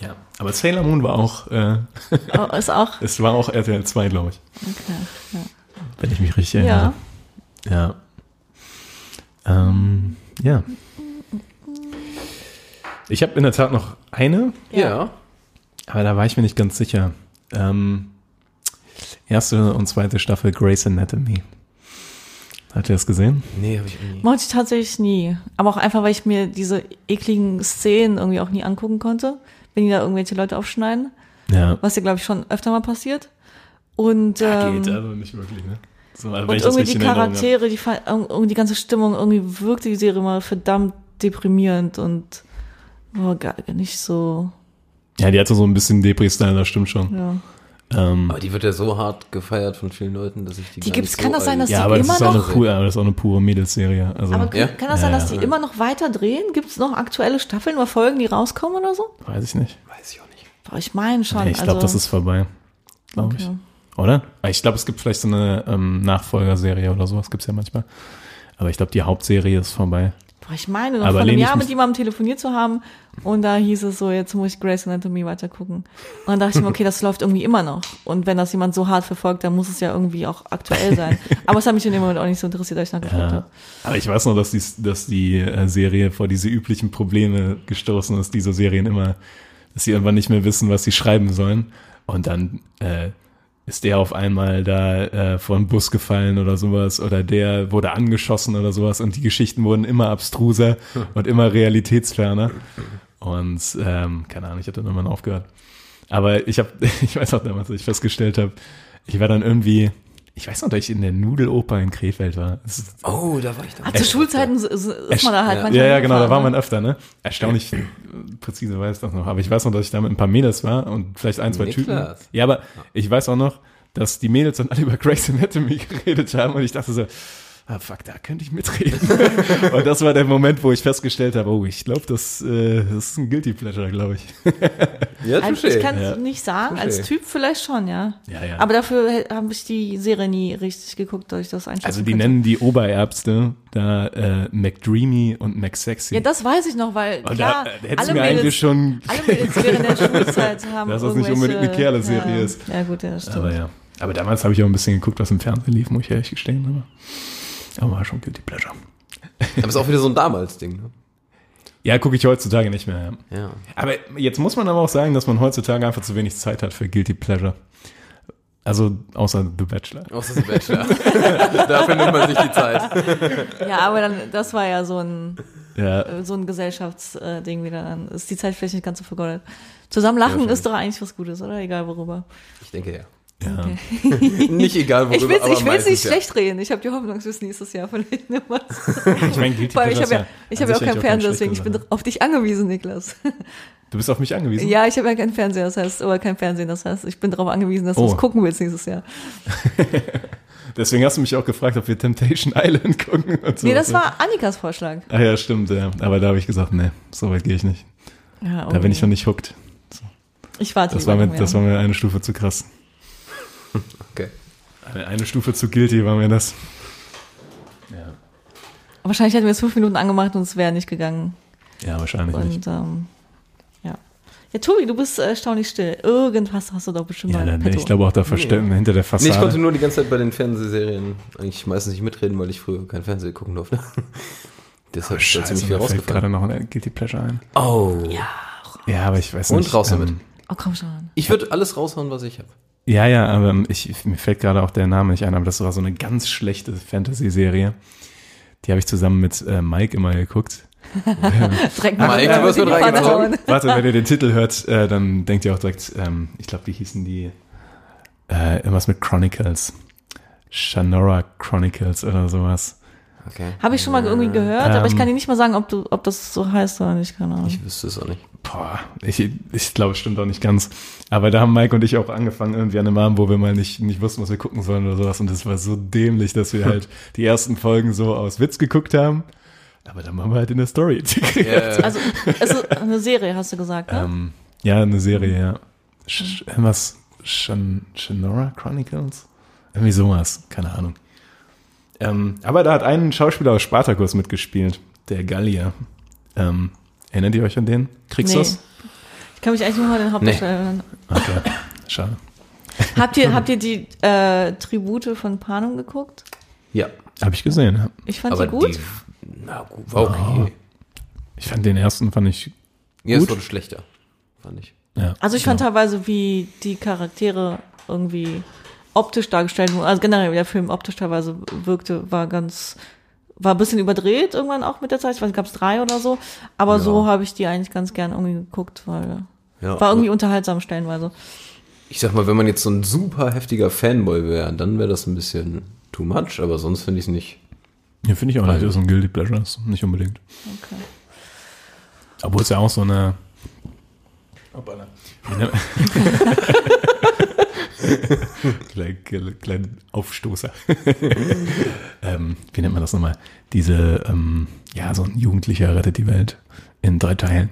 S1: Ja, aber Sailor Moon war auch, äh,
S6: Oh, ist auch.
S1: es war auch RTL 2, glaube ich.
S6: Okay.
S1: Wenn ich mich richtig
S6: Ja.
S1: erinnere. Ja. Ähm, ja. Ich habe in der Tat noch eine,
S6: Ja.
S1: aber da war ich mir nicht ganz sicher. Ähm, erste und zweite Staffel Grey's Anatomy. Habt ihr das gesehen?
S5: Nee, habe ich nie.
S6: Mochte ich tatsächlich nie. Aber auch einfach, weil ich mir diese ekligen Szenen irgendwie auch nie angucken konnte, wenn die da irgendwelche Leute aufschneiden.
S1: Ja.
S6: Was ja, glaube ich, schon öfter mal passiert. Und, ähm,
S1: Geht also nicht wirklich, ne? So, also wenn
S6: und
S1: ich das
S6: irgendwie
S1: richtig
S6: die
S1: in Erinnerung hab.
S6: Charaktere, die, fa- irg- irgendwie die ganze Stimmung, irgendwie wirkte die Serie mal verdammt deprimierend und war gar nicht so.
S1: Ja, die hatte so ein bisschen Depri-Style, das stimmt schon.
S6: Ja.
S1: Ähm,
S5: Aber die wird ja so hart gefeiert von vielen Leuten, dass ich die,
S6: Die
S5: gar
S6: gibt's-
S5: nicht so
S6: kann das sein, dass
S1: ja,
S6: die
S1: aber das,
S6: immer
S1: ist auch eine
S6: noch-
S1: pure, aber das ist auch eine pure Mädelsserie. Also,
S6: Aber
S5: Ja?
S6: kann das sein,
S1: Ja,
S6: dass die
S1: ja.
S6: immer noch weiter drehen? Gibt es noch aktuelle Staffeln oder Folgen, die rauskommen oder so?
S1: weiß ich nicht.
S5: weiß ich auch nicht.
S6: Boah, ich meine schon.
S1: Nee, ich glaube,
S6: also,
S1: das ist vorbei. Glaube
S6: Okay.
S1: ich. Oder? Ah, Ich glaube, es gibt vielleicht so eine ähm, Nachfolgerserie oder sowas, gibt es ja manchmal. Aber ich glaube, die Hauptserie ist vorbei.
S6: Boah, ich meine, noch
S1: Aber
S6: vor einem
S1: lehn ich
S6: Jahr
S1: mich-
S6: mit jemandem telefoniert zu haben und da hieß es so, jetzt muss ich Grey's Anatomy weitergucken. Und dann dachte ich mir, okay, das läuft irgendwie immer noch. Und wenn das jemand so hart verfolgt, dann muss es ja irgendwie auch aktuell sein. Aber es hat mich in dem Moment auch nicht so interessiert, als ich nachgeguckt habe.
S1: Aber ich weiß noch, dass die, dass die äh, Serie vor diese üblichen Probleme gestoßen ist, diese Serien immer, dass sie irgendwann nicht mehr wissen, was sie schreiben sollen. Und dann äh, ist der auf einmal da äh, vor einen Bus gefallen oder sowas oder der wurde angeschossen oder sowas und die Geschichten wurden immer abstruser und immer realitätsferner. Und ähm, keine Ahnung, ich hatte dann irgendwann aufgehört. Aber ich habe, ich weiß auch damals, als ich festgestellt habe, ich war dann irgendwie, ich weiß noch, dass ich in der Nudeloper in Krefeld war. Das ist
S5: Oh, da war ich da.
S6: Ah, zu Schulzeiten so- so- ist man da halt
S5: Ja.
S6: manchmal.
S1: ja, ja, genau, da
S6: hingefahren,
S1: war
S6: ne?
S1: man öfter, ne? Erstaunlich äh, präzise weiß ich das noch. Aber ich weiß noch, dass ich da mit ein paar Mädels war und vielleicht ein, zwei Typen.
S5: Niklas.
S1: Ja, aber ich weiß auch noch, dass die Mädels dann alle über Grey's Anatomy geredet haben und ich dachte so, ah, fuck, da könnte ich mitreden. und das war der Moment, wo ich festgestellt habe, oh, ich glaube, das, äh, das ist ein Guilty Pleasure, glaube ich.
S5: Ja,
S6: Also ich
S5: touché.
S6: kann es
S1: Ja.
S6: nicht sagen, als
S5: Touché.
S6: Typ vielleicht schon, ja.
S1: Ja, ja.
S6: Aber dafür habe ich die Serie nie richtig geguckt, dass ich das einschätzen
S1: Also die
S6: könnte.
S1: nennen die Oberärzte da äh, McDreamy und McSexy.
S6: Ja, das weiß ich noch, weil
S1: und
S6: klar,
S1: da äh, hättest
S6: alle
S1: du mir eigentlich
S6: Mädels,
S1: schon
S6: alle Mädels während der Schulzeit haben
S1: Dass das nicht
S6: irgendwelche-
S1: unbedingt eine Kerle-Serie
S6: ja,
S1: ist.
S6: Ja gut, ja, das stimmt.
S1: Aber ja. Aber damals habe ich auch ein bisschen geguckt, was im Fernsehen lief, muss ich ehrlich gestehen. Aber, aber war schon Guilty Pleasure.
S5: Aber ist auch wieder so ein Damals-Ding. Ne?
S1: Ja, gucke ich heutzutage nicht mehr. ja.
S5: Ja.
S1: Aber jetzt muss man aber auch sagen, dass man heutzutage einfach zu wenig Zeit hat für Guilty Pleasure. Also außer The Bachelor.
S5: Außer The Bachelor. Dafür nimmt man sich die Zeit.
S6: Ja, aber dann, das war ja so ein, äh,
S1: Ja,
S6: so ein Gesellschaftsding wieder. Dann ist die Zeit vielleicht nicht ganz so vergeudet. Zusammen lachen
S5: Ja,
S6: ist doch eigentlich was Gutes, oder? Egal worüber.
S5: Ich denke, ja.
S1: ja.
S5: Nicht egal, worüber,
S6: Ich will's,
S5: aber
S6: ich will's
S5: meistens
S6: nicht
S5: ja.
S6: schlecht reden. Ich habe die Hoffnung, es ist nächstes Jahr vielleicht noch was.
S1: Ich meine, Guilty
S6: Vor allem, ich
S1: ist
S6: habe ja, ich
S1: an
S6: hab ja auch
S1: sich
S6: keinen Fernseher,
S1: keine
S6: deswegen ich
S1: schlechte
S6: bin
S1: Sache.
S6: auf dich angewiesen, Niklas.
S1: Du bist auf mich angewiesen?
S6: Ja, ich habe ja keinen Fernseher, das heißt, oder kein Fernsehen, das heißt, ich bin darauf angewiesen, dass du
S1: Oh.
S6: es gucken willst nächstes Jahr.
S1: Deswegen hast du mich auch gefragt, ob wir Temptation Island gucken und so.
S6: Nee, das war Annikas Vorschlag.
S1: Ach ja, stimmt, ja. Aber da habe ich gesagt, nee, so weit gehe ich nicht.
S6: Ja,
S1: Da bin ich
S6: okay. Oh,
S1: noch nicht hooked.
S6: Ich warte
S1: Das war,
S6: lieber
S1: mir,
S6: noch
S1: das
S6: mehr.
S1: war mir eine Stufe zu krass.
S5: Okay.
S1: Eine, eine Stufe zu guilty war mir das. Ja,
S6: Wahrscheinlich hätten wir es fünf Minuten angemacht und es wäre nicht gegangen.
S1: ja wahrscheinlich nicht.
S6: Und ähm, ja. Ja, Tobi, du bist äh, erstaunlich still. Irgendwas hast du doch bestimmt
S1: Ja,
S6: mal im
S1: dann, ich
S6: Petto.
S1: glaube auch da verstecken hinter der Fassade.
S5: Nee, ich konnte nur die ganze Zeit bei den Fernsehserien eigentlich meistens nicht mitreden, weil ich früher kein Fernsehen gucken durfte. Deshalb ist da
S1: Oh, Scheiße,
S5: ziemlich viel
S1: mir fällt gerade
S5: rausgefallen.
S1: noch ein Guilty Pleasure ein.
S5: Oh.
S1: Ja, aber ich weiß
S5: Und
S1: nicht.
S5: raus damit.
S1: Ähm,
S6: Oh, komm schon.
S5: Ich würde alles raushauen, was ich habe.
S1: ja, ja, aber ähm, ich, mir fällt gerade auch der Name nicht ein, aber das war so eine ganz schlechte Fantasy-Serie. Die habe ich zusammen mit äh, Mike immer geguckt.
S6: Direkt mal
S5: Mike,
S6: äh,
S5: was
S6: in
S5: wird
S6: die Pfanne
S5: reingezogen?
S6: hauen.
S1: Warte, wenn ihr den Titel hört, äh, dann denkt ihr auch direkt, ähm, ich glaube, die hießen die äh, irgendwas mit Chronicles. Shannora Chronicles oder sowas.
S5: Okay.
S6: Habe ich schon mal irgendwie gehört, aber ich
S1: Ähm.
S6: kann dir nicht mal sagen, ob, du, ob das so heißt oder nicht. Keine Ahnung.
S5: Ich wüsste es auch nicht.
S1: boah, ich, ich glaube, stimmt auch nicht ganz. Aber da haben Mike und ich auch angefangen, irgendwie an einem Abend, wo wir mal nicht, nicht wussten, was wir gucken sollen oder sowas. Und das war so dämlich, dass wir halt die ersten Folgen so aus Witz geguckt haben. Aber dann haben wir halt in der Story integriert.
S6: Also, es ist eine Serie, hast du gesagt, ne?
S1: Ähm, ja, eine Serie, ja. Sch Sch- was? Shan Shannara Chronicles? Irgendwie sowas, keine Ahnung. Ähm, aber da hat ein Schauspieler aus Spartacus mitgespielt, der Gallier. Ähm, erinnert ihr euch an den? Kriegst
S6: Nee.
S1: du's?
S6: Ich kann mich eigentlich nur mal den Hauptdarsteller erinnern.
S1: Okay, schade.
S6: Habt ihr, habt ihr die äh, Tribute von Panem geguckt?
S5: Ja,
S1: Habe ich gesehen. ja.
S6: Ich fand
S5: aber
S6: die gut.
S5: die. Na gut, war okay.
S1: Ich fand den ersten, fand ich,
S5: Ja, es
S1: Gut.
S5: wurde schlechter, fand ich.
S1: ja.
S6: also ich fand teilweise, wie die Charaktere irgendwie optisch dargestellt wurden, also generell wie der Film optisch teilweise wirkte, war ganz, war ein bisschen überdreht irgendwann auch mit der Zeit. Ich weiß, gab es drei oder so. Aber so habe ich die eigentlich ganz gern irgendwie geguckt, weil
S5: Ja,
S6: war irgendwie unterhaltsam stellenweise.
S5: Ich sag mal, wenn man jetzt so ein super heftiger Fanboy wäre, dann wäre das ein bisschen too much, aber sonst finde ich es nicht.
S1: Ja, finde ich auch nicht. Das ist ein Guilty Pleasures, nicht unbedingt.
S6: Okay.
S1: Obwohl es ja auch so eine. Hoppala. Wie nennt- Klein- klein- Kleinen Aufstoßer. ähm, wie nennt man das nochmal? Diese, ähm, ja, so ein Jugendlicher rettet die Welt in drei Teilen.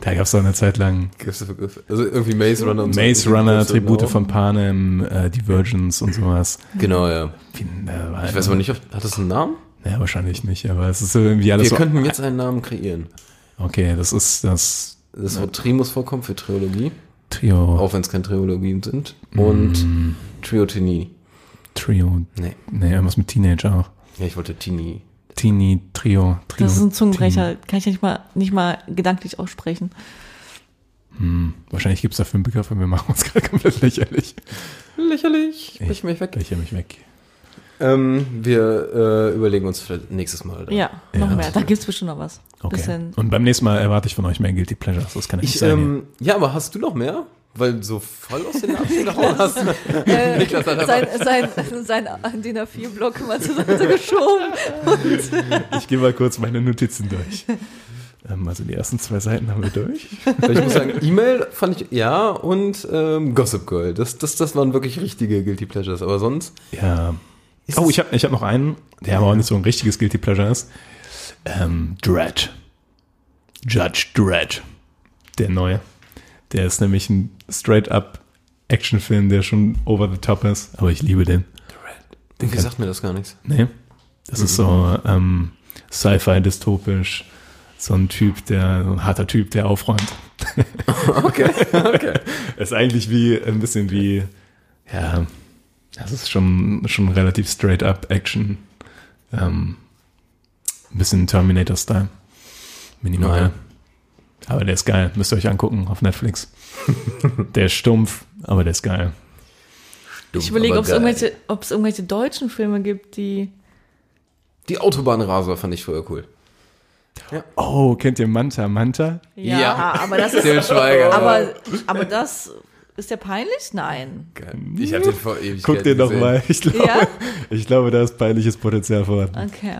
S1: da gab es eine Zeit lang
S5: Also irgendwie Maze Runner und so. Also,
S1: Maze Runner, Tribute von Panem, äh, Divergence und sowas.
S5: Genau, ja.
S1: Wie, äh,
S5: Ich weiß aber nicht, ob, hat das einen Namen?
S1: Ja, wahrscheinlich nicht, aber es ist so irgendwie alles
S5: Wir
S1: so.
S5: könnten jetzt einen Namen kreieren.
S1: okay, das ist das
S5: Das Wort Tri muss vorkommen für Trilogie,
S1: Trio. Hm,
S5: auch wenn es keine Trilogien sind. Und
S1: Mm.
S5: Triotinie.
S1: Trio.
S5: Nee.
S1: Nee, irgendwas mit Teenager auch.
S5: Ja, ich wollte Tini.
S1: Teenie, Trio, Trio.
S6: Das ist ein Zungenbrecher, kann ich ja nicht mal, nicht mal gedanklich aussprechen.
S1: Teen. Wahrscheinlich gibt's dafür einen Begriff, aber wir machen uns gerade komplett lächerlich.
S5: Lächerlich.
S1: Ich-
S5: Ich mich weg.
S1: Lächer mich weg.
S5: Ähm, wir äh, überlegen uns vielleicht nächstes Mal. dann.
S6: Ja, noch
S1: Ja.
S6: mehr. Da gibt's bestimmt noch was.
S1: Okay.
S6: Bisschen.
S1: Und beim nächsten Mal erwarte ich von euch mehr Guilty Pleasures. Das kann ich, nicht
S5: Ich,
S1: sagen.
S5: ähm, ja, aber hast du noch mehr? Weil so voll aus den Armen gehauen hast. Äh, Niklas hat einfach
S6: sein, sein, sein DIN A4-Block mal zur Seite geschoben.
S1: ähm, ich gehe mal kurz meine Notizen durch. ähm, also die ersten zwei Seiten haben wir durch.
S5: Ich muss sagen, E-Mail fand ich, ja, und ähm, Gossip Girl. Das, das, das waren wirklich richtige Guilty Pleasures, aber sonst.
S1: Ja.
S5: Ist
S1: Oh,
S5: es-
S1: ich habe ich hab noch einen, der aber auch nicht so ein richtiges Guilty Pleasure ist. Ähm, Dredd. Judge Dredd. Der neue. Der ist nämlich ein straight-up Actionfilm, der schon over the top ist, aber ich liebe den.
S5: Irgendwie sagt mir das gar nichts.
S1: Nee. Das ist so ähm, Sci-Fi dystopisch. So ein Typ, der, so ein harter Typ, der aufräumt.
S5: Okay, okay.
S1: Ist eigentlich wie, ein bisschen wie, ja, das ist schon, schon relativ straight up Action. Ähm, ein bisschen Terminator-Style. Minimal.
S5: Okay.
S1: Aber der ist geil. Müsst ihr euch angucken auf Netflix. der ist stumpf, aber der ist geil.
S6: Ich überlege,
S5: aber
S6: ob es
S5: geil.
S6: irgendwelche, ob's irgendwelche deutschen Filme gibt, die.
S5: Die Autobahnraser fand ich früher cool.
S1: Oh, kennt ihr Manta Manta?
S6: Ja,
S5: Ja.
S6: aber das ist.
S5: Der Schweiger.
S6: aber, aber das. Ist der peinlich? Nein.
S5: Geil. Ich hab den vor ewig
S1: Guckt ihr doch mal. Ich glaube,
S6: Ja? Also
S1: ich glaube, da ist peinliches Potenzial vorhanden.
S6: Okay.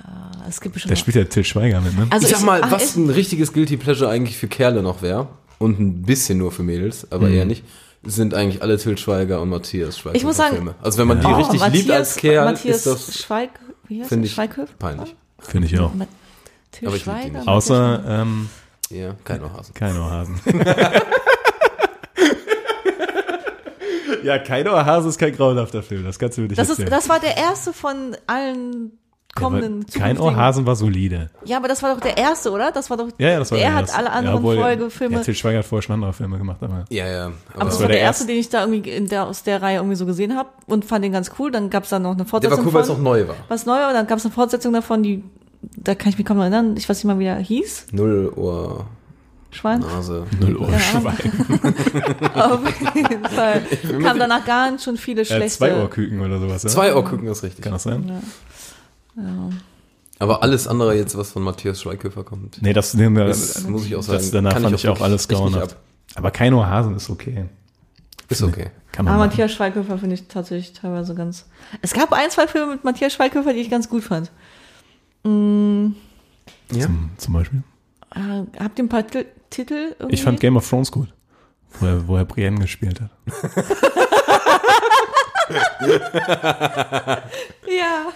S6: Äh, es
S1: Da
S6: gibt bestimmt. noch-
S1: spielt ja Till Schweiger mit, ne?
S6: Also
S5: ich sag mal,
S6: ach,
S5: was
S6: ich,
S5: ein richtiges Guilty Pleasure eigentlich für Kerle noch wäre, und ein bisschen nur für Mädels, aber
S1: Mhm.
S5: eher nicht, sind eigentlich alle Till Schweiger und Matthias Schweiger.
S6: Ich muss sagen-
S5: Also wenn man die
S6: oh,
S5: richtig
S6: Matthias,
S5: liebt als Kerl, ist
S6: Matthias
S5: das,
S6: Schweig, wie heißt
S5: finde
S6: das?
S5: ich,
S6: Schweighöfer?
S5: peinlich.
S1: Finde ich auch.
S6: Ma- Till
S5: Aber ich lieb die
S6: Also Schweiger.
S5: nicht.
S1: Außer, ähm,
S5: Ja, kein Hasen.
S1: Kein Ohrhasen. ja, kein Ohrhasen ist kein grauenhafter Film. Das kannst du mir nicht
S6: Das, ist,
S1: erzählen.
S6: das war der erste von allen kommenden
S1: Aber kein
S6: zukünftigen-
S1: Ohrhasen war solide.
S6: Ja, aber das war doch der erste, oder? Das war doch.
S1: Ja, ja, das war
S6: Er
S1: der
S6: hat
S1: erste.
S6: alle anderen
S1: obwohl,
S6: Folgefilme.
S1: Ja, Til Schweiger hat vorher schon andere Filme gemacht, aber.
S5: Ja, ja.
S6: aber das
S1: war der
S6: war der erste, den ich da irgendwie in der, aus der Reihe irgendwie so gesehen habe und fand den ganz cool. Dann gab es da noch eine
S5: der
S6: Fortsetzung.
S5: war cool, weil es auch
S6: von,
S5: neu war.
S6: was Neues, und dann gab es eine Fortsetzung davon, die. Da kann ich mich kaum noch erinnern. Ich weiß nicht mal, wie der hieß.
S5: Null Ohr
S6: Schwein.
S5: Nase.
S1: Null Ohr
S6: Keine Ahnung.
S1: Schwein.
S6: Auf jeden Fall. Kam danach ganz schon viele
S1: Äh,
S6: schlechte.
S1: zwei Ohrküken oder sowas. Ja?
S5: Zwei Ohr gucken ist richtig.
S1: Kann das sein?
S5: Aber alles andere jetzt, was von Matthias Schweighöfer kommt,
S1: Nee, das, nee,
S5: das muss ich auch sagen.
S1: das danach
S5: kann
S1: fand ich auch
S5: wirklich
S1: alles
S5: echt nicht
S1: grauenhaft.
S5: ab.
S1: Aber kein Ohrhasen ist okay.
S5: Ist okay.
S1: Kann man.
S6: Ah,
S1: machen.
S6: Matthias Schweighöfer finde ich tatsächlich teilweise ganz. Es gab ein, zwei Filme mit Matthias Schweighöfer, die ich ganz gut fand.
S5: Ja.
S1: Zum, zum Beispiel.
S6: Ah, Mm, habt ihr ein paar Titel? Titel irgendwie?
S1: Ich fand Game of Thrones gut, wo er, wo er Brienne gespielt hat.
S6: Ja,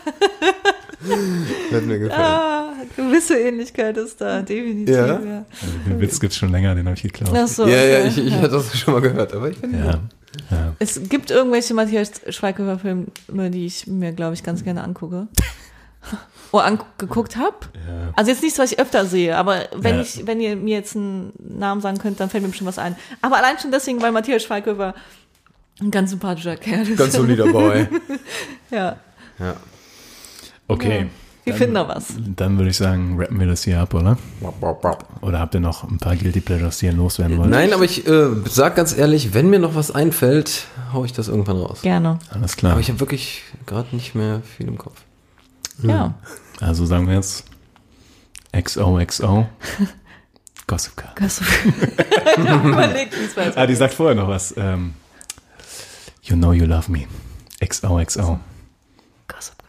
S5: Hat mir gefallen.
S6: ah, gewisse Ähnlichkeit ist da, definitiv.
S5: Ja?
S6: Ja.
S1: Also den Witz gibt's schon länger, den habe ich geklaut.
S6: Ach so,
S5: ja, ja,
S6: okay.
S5: ich, ich hatte das schon mal gehört, aber ich finde
S1: Ja. ja.
S6: Es gibt irgendwelche Matthias Schweighöfer-Filme, die ich mir, glaube ich, ganz gerne angucke. Oder angeguckt habe. Also jetzt nichts, was ich öfter sehe, aber wenn
S1: Ja.
S6: ich, wenn ihr mir jetzt einen Namen sagen könnt, dann fällt mir bestimmt was ein. Aber allein schon deswegen, weil Matthias Schweighöfer ein ganz sympathischer Kerl ist.
S5: ganz solider Boy.
S6: ja.
S5: Ja.
S1: Okay,
S6: Wir finden da was.
S1: dann würde ich sagen, rappen wir das hier ab, oder? Oder habt ihr noch ein paar Guilty Pleasures, die ihr loswerden wollt?
S5: Nein, aber ich äh, sag ganz ehrlich, wenn mir noch was einfällt, hau ich das irgendwann raus.
S6: Gerne.
S1: Alles klar.
S5: Aber ich habe wirklich gerade nicht mehr viel im Kopf.
S6: Ja.
S1: Also sagen wir jetzt XOXO Gossip Girl.
S6: Hast du Ja, überlegt, wie es war.
S1: Ah, die sagt vorher noch was. Ähm, you know you love me. XOXO.
S6: Gossip